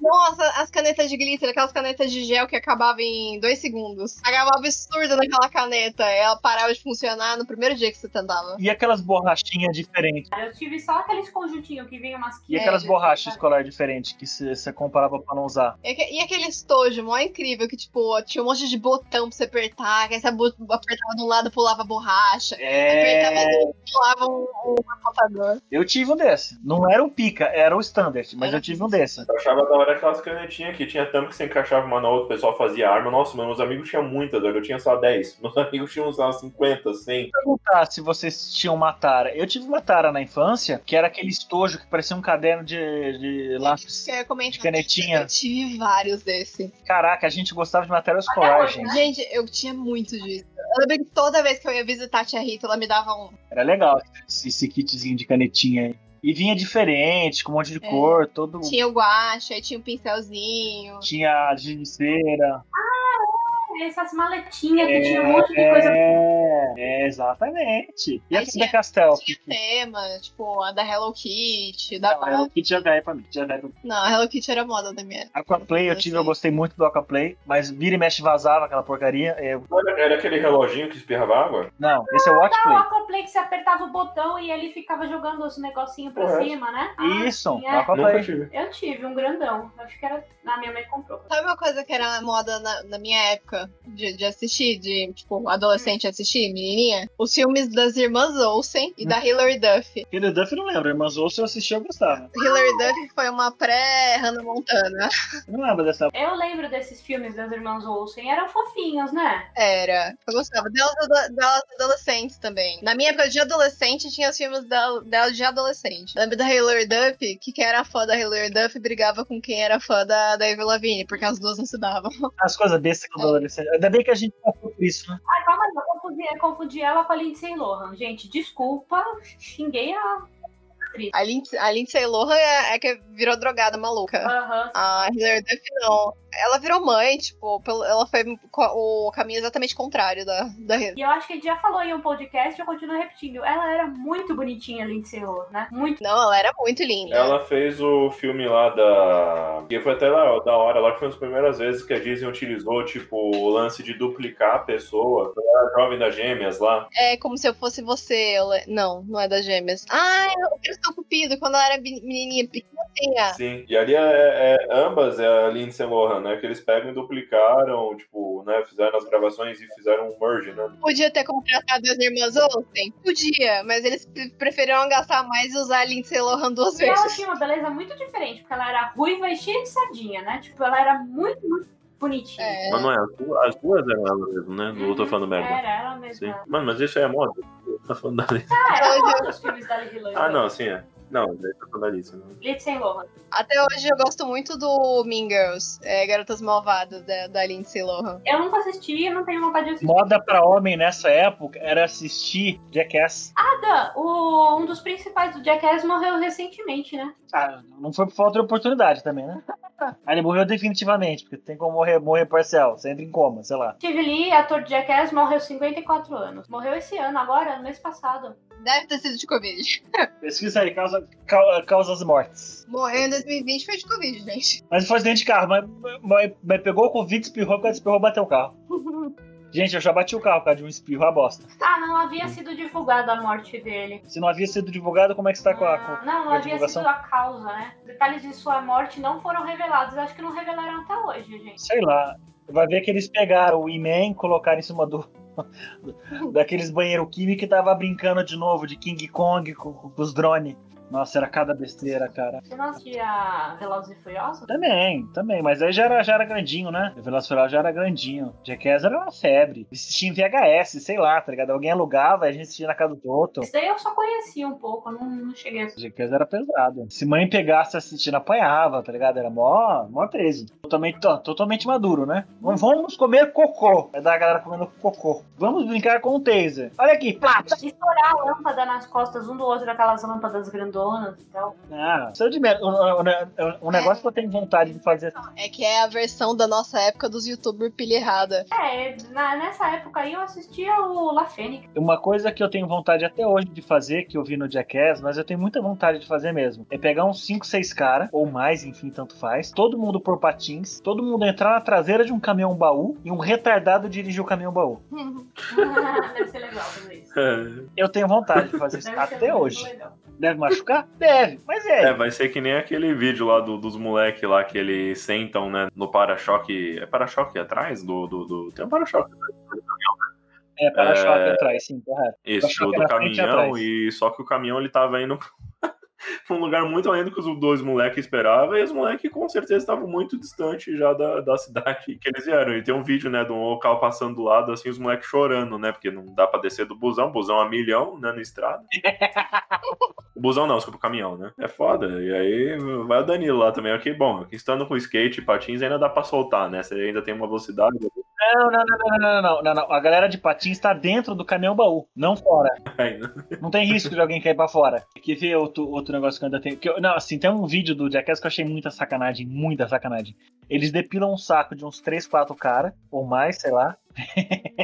S1: Nossa, as canetas de glitter, aquelas canetas de gel que acabavam em dois segundos. Pagava um absurdo naquela caneta. Ela parava de funcionar no primeiro dia que você tentava.
S2: E aquelas borrachinhas diferentes?
S3: Cara, Eu tive só aqueles conjuntinhos que vinha umas
S2: E
S3: quinas,
S2: aquelas
S3: assim,
S2: borrachas
S3: sabe?
S2: escolares diferentes que você você comprava pra não usar?
S1: E, aque- e aquele estojo mó incrível que, tipo, tinha um monte de botão pra você apertar. Que aí você bo- apertava de um lado, pulava a borracha. Apertava
S2: É.
S1: do outro, pulava um, um apontador.
S2: Eu tive um desse. Não era um pica, era o standard, mas
S1: Era
S2: eu tive um desse.
S5: Eu achava da hora aquelas canetinhas que tinha tampa que você encaixava uma na outra, o pessoal fazia arma. Nossa, mano, meus amigos tinham muitas, velho. Eu tinha só 10. Meus amigos tinham só 50, 100.
S2: Perguntar se vocês tinham uma tara. Eu tive uma tara na infância, que era aquele estojo que parecia um caderno de, de lápis.
S1: Você ia comentar.
S2: De canetinha.
S1: Eu tive vários desses.
S2: Caraca, a gente gostava de matéria escolar,
S3: hoje, né?
S2: gente.
S1: Gente, eu tinha muito disso. Eu lembro que toda vez que eu ia visitar a tia Rita, ela me dava um.
S2: Era legal esse, esse kitzinho de canetinha aí. E vinha diferente, com um monte de
S1: É.
S2: cor, todo.
S1: Tinha o guache, aí tinha o pincelzinho.
S2: Tinha a gineteira.
S3: Essas maletinhas que
S2: É,
S3: tinha um monte de coisa.
S2: é, exatamente. E
S1: Aí
S2: a
S1: tinha-
S2: Frida Castell?
S1: Tinha
S2: Que, que...
S1: tema, tipo, a da Hello Kitty, da
S2: Não, ela- que já veio pra mim. Já veio pra mim.
S1: Não, a Hello Kitty era moda da minha.
S2: Aquaplay eu tive, eu
S1: Assim.
S2: gostei muito do Aquaplay, mas vira e mexe vazava aquela porcaria. Eu-
S5: Olha, Era aquele reloginho que espirrava água?
S2: Não, esse é o
S3: Ah, o
S2: Watchplay.
S3: Aquaplay que você apertava o botão e ele ficava jogando os negocinhos pra
S2: Uhum.
S5: Correto.
S3: cima, né?
S2: Isso,
S3: Ah, sim,
S2: o
S3: é.
S5: Nunca
S2: Aquaplay.
S5: tive.
S3: Eu tive um grandão. Acho que era. A minha mãe comprou.
S1: Sabe uma coisa que era moda na, na minha época de, de assistir, de, tipo, adolescente assistir, menininha? Os filmes das irmãs Olsen e da Hilary Duff.
S2: Hilary Duff eu não lembro, Irmãs Olsen eu assisti eu gostava.
S1: Hilary Duff foi uma pré-Hannah Montana.
S2: Eu não lembro dessa.
S3: Eu lembro desses filmes das irmãs Olsen. Eram fofinhos, né?
S1: Era. Eu gostava delas, ado- delas adolescentes também. Na minha época de adolescente, tinha os filmes dela, dela de adolescente. Lembro da Hilary Duff, que quem era fã da Hilary Duff brigava com quem era fã da, da Avril Lavigne, porque as duas não se davam.
S2: As coisas bestas
S3: É.
S2: que eu adolescente. Ainda bem que a gente passou por isso, né?
S3: Ah, calma aí, eu confundi, eu confundi ela com a Lindsay Lohan. Gente, desculpa, xinguei a.
S1: A Lindsay, a Lindsay Lohan é, é que virou drogada maluca.
S3: Aham.
S1: A Hilary Duff não. Ela virou mãe, tipo, pelo- ela foi co- o caminho exatamente contrário da, da Hilary.
S3: E eu acho que a gente já falou em um podcast, eu continuo repetindo. Ela era muito bonitinha, Lindsay Lohan, né? Muito.
S1: Não, ela era muito linda.
S5: Ela fez o filme lá da. Que foi até da da hora lá, que foi uma das primeiras vezes que a Disney utilizou, tipo, o lance de duplicar a pessoa. Ela era jovem das gêmeas lá.
S1: É como se eu fosse você. Ela... Não, não é das gêmeas. Ah, eu quero ser cupido quando ela era men- menininha pequenininha.
S5: Sim. E ali é, é- ambas é a Lindsay Lohan, né? Que eles pegam e duplicaram, tipo, né? Fizeram as gravações e fizeram um merge, né?
S1: Podia ter contratado as irmãs ontem? Podia, mas eles pre- preferiram gastar mais e usar a Lindsay Lohan duas
S3: E ela
S1: vezes.
S3: tinha uma beleza muito diferente, porque ela era ruiva e cheia de sardinha, né? Tipo, ela era muito, muito bonitinha.
S1: É.
S5: Mas não é, as duas, as duas eram elas mesmo, né?
S3: Uhum, Era ela mesma.
S5: Mano, mas isso é moda. Tá falando da
S3: Ah,
S1: Ela
S3: eu
S1: já-
S3: gosto dos filmes da Lily
S5: Ah, não, sim, é. Não, deixa eu na lista. Não.
S3: Lindsay Lohan.
S1: Até hoje eu gosto muito do Mean Girls, é, Garotas Malvadas, da, da Lindsay Lohan.
S3: Eu nunca assisti e não tenho vontade de assistir.
S2: Moda pra homem nessa época era assistir Jackass.
S3: Nada, o, um dos principais do Jackass morreu recentemente, né?
S2: Ah, não foi por falta de oportunidade também, né? Ah, ele morreu definitivamente, porque tem como morrer, morrer parcial, você entra em coma, sei lá.
S3: Steve Lee, ator de Jackass, morreu aos 54 anos. Morreu esse ano, agora, no mês passado.
S1: Deve ter sido de Covid.
S2: Pesquisa aí, causa, cau- causas mortes.
S1: Morreu em 2020 foi de Covid, gente.
S2: Mas foi acidente de carro, mas, mas, mas pegou o Covid, espirrou, quando espirrou, bateu o carro. Gente, eu já bati o carro por causa de um espirro, a bosta.
S3: Ah, não havia sido divulgada a morte dele.
S2: Se não havia sido divulgado, como é que você tá com a...
S3: Ah,
S2: com-
S3: não,
S2: a
S3: havia
S2: divulgação?
S3: sido a causa, né? Detalhes de sua morte não foram revelados. Acho que não revelaram até hoje, gente.
S2: Sei lá. Vai ver que eles pegaram o He-Man e colocaram em cima do... Daqueles banheiro químico que tava brincando de novo de King Kong com, com os drones. Nossa, era cada besteira, cara.
S3: Você não assistia Velozes e Furiosos?
S2: Também, também, mas aí já era, já era grandinho, né? O Velociraptor já era grandinho. Jackass era uma febre. Assistia em VHS, sei lá, tá ligado? Alguém alugava, a gente assistia na casa do outro.
S3: Isso daí eu só conhecia um pouco, eu não, não cheguei a assistir.
S2: Jackass era pesado. Se mãe pegasse assistindo, apanhava, tá ligado? Era mó, mó 13. Totalmente, to- totalmente maduro, né? Vamos- Vamos comer cocô. É da galera comendo cocô. Vamos brincar com o taser. Olha aqui, plá! tchá.
S3: Estourar a lâmpada nas costas um do outro, daquelas lâmpadas grandonas então, e tal.
S2: Ah, sou de merda. Um, um- um- um negócio que eu tenho vontade de fazer.
S1: É que é a versão da nossa época dos youtubers pilha errada.
S3: É, na- nessa época aí eu assistia o La Fênix.
S2: Uma coisa que eu tenho vontade até hoje de fazer, que eu vi no Jackass, mas eu tenho muita vontade de fazer mesmo, é pegar uns 5, 6 caras, ou mais, enfim, tanto faz, todo mundo por patins, todo mundo entrar na traseira de um caminhão baú e um retardado dirigir o caminhão baú.
S3: Deve ser legal fazer isso.
S2: Eu tenho vontade de fazer isso
S3: Deve ser
S2: até
S3: muito
S2: hoje.
S3: legal.
S2: Deve machucar? Deve, mas é.
S5: É, vai ser que nem aquele vídeo lá do- dos moleque lá que eles sentam, né, no para-choque. É para-choque atrás? Do, do, do- Tem um para-choque.
S2: É, para-choque
S5: É.
S2: atrás, sim, correto.
S5: Isso, do,
S2: Para-choque
S5: do
S2: na frente e
S5: caminhão,
S2: atrás.
S5: e só que o caminhão ele tava indo pra um lugar muito além do que os dois moleques esperavam, e os moleques com certeza estavam muito distante já da, da cidade que eles vieram. E tem um vídeo, né, de um local passando do lado, assim, os moleques chorando, né, porque não dá pra descer do busão, busão a milhão, né, na estrada. O busão não, desculpa, o caminhão, né? É foda. E aí vai o Danilo lá também. Ok, bom, estando com skate e patins ainda dá pra soltar, né? Você ainda tem uma velocidade. né?
S2: Não, não, não, não, não, não, não, não. A galera de patins tá dentro do caminhão baú, não fora.
S5: ainda.
S2: Não tem risco de alguém cair pra fora. Quer ver outro, outro negócio que eu ainda tenho? que eu- não, assim, tem um vídeo do Jackass que eu achei muita sacanagem, muita sacanagem. Eles depilam um saco de uns 3, 4 caras, ou mais, sei lá.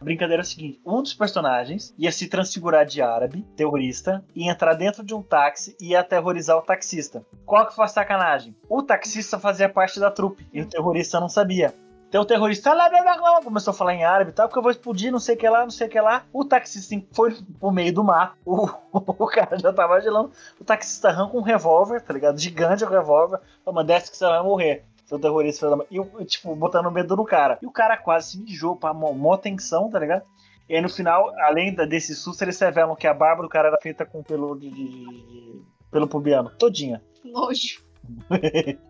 S2: A brincadeira é o seguinte: um dos personagens ia se transfigurar de árabe, terrorista, e entrar dentro de um táxi e ia aterrorizar o taxista. Qual que foi a sacanagem? O taxista fazia parte da trupe e o terrorista não sabia. Então o terrorista lá, blá, blá, blá, começou a falar em árabe e tal, porque eu vou explodir, não sei o que lá, não sei o que lá. O taxista foi pro meio do mar, o, o cara já tava gelando. O taxista arranca um revólver, tá ligado? Gigante o revólver, fala, desce que você vai morrer. Seu terrorista, filho da mãe." E, o- tipo, botando medo no cara. E o cara quase se mijou, pra mó, mó tensão, tá ligado? E aí no final, além da- desse susto, eles revelam que a barba do cara era feita com pelo de, de- de- de- pelo pubiano, todinha.
S1: Nojo.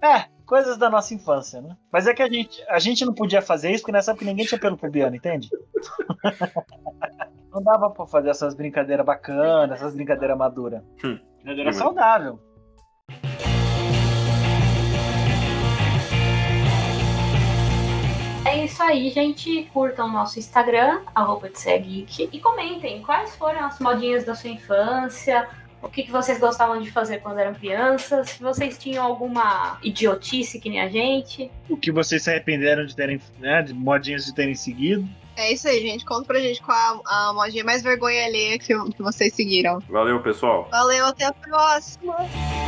S2: É, coisas da nossa infância, né? Mas é que a gente, a gente não podia fazer isso porque nessa época ninguém tinha pelo pubiano, entende? não dava pra fazer essas brincadeiras bacanas, essas brincadeiras maduras.
S5: Hum.
S2: Brincadeira saudável.
S3: É isso aí, gente. Curtam o nosso Instagram, arroba de ser geek, e comentem quais foram as modinhas da sua infância. O que, que vocês gostavam de fazer quando eram crianças? Se vocês tinham alguma idiotice que nem a gente?
S2: O que vocês se arrependeram de terem, né, de modinhas de terem seguido.
S1: É isso aí, gente. Conta pra gente qual é a, a modinha mais vergonha alheia que, que vocês seguiram.
S5: Valeu, pessoal.
S1: Valeu, até a próxima!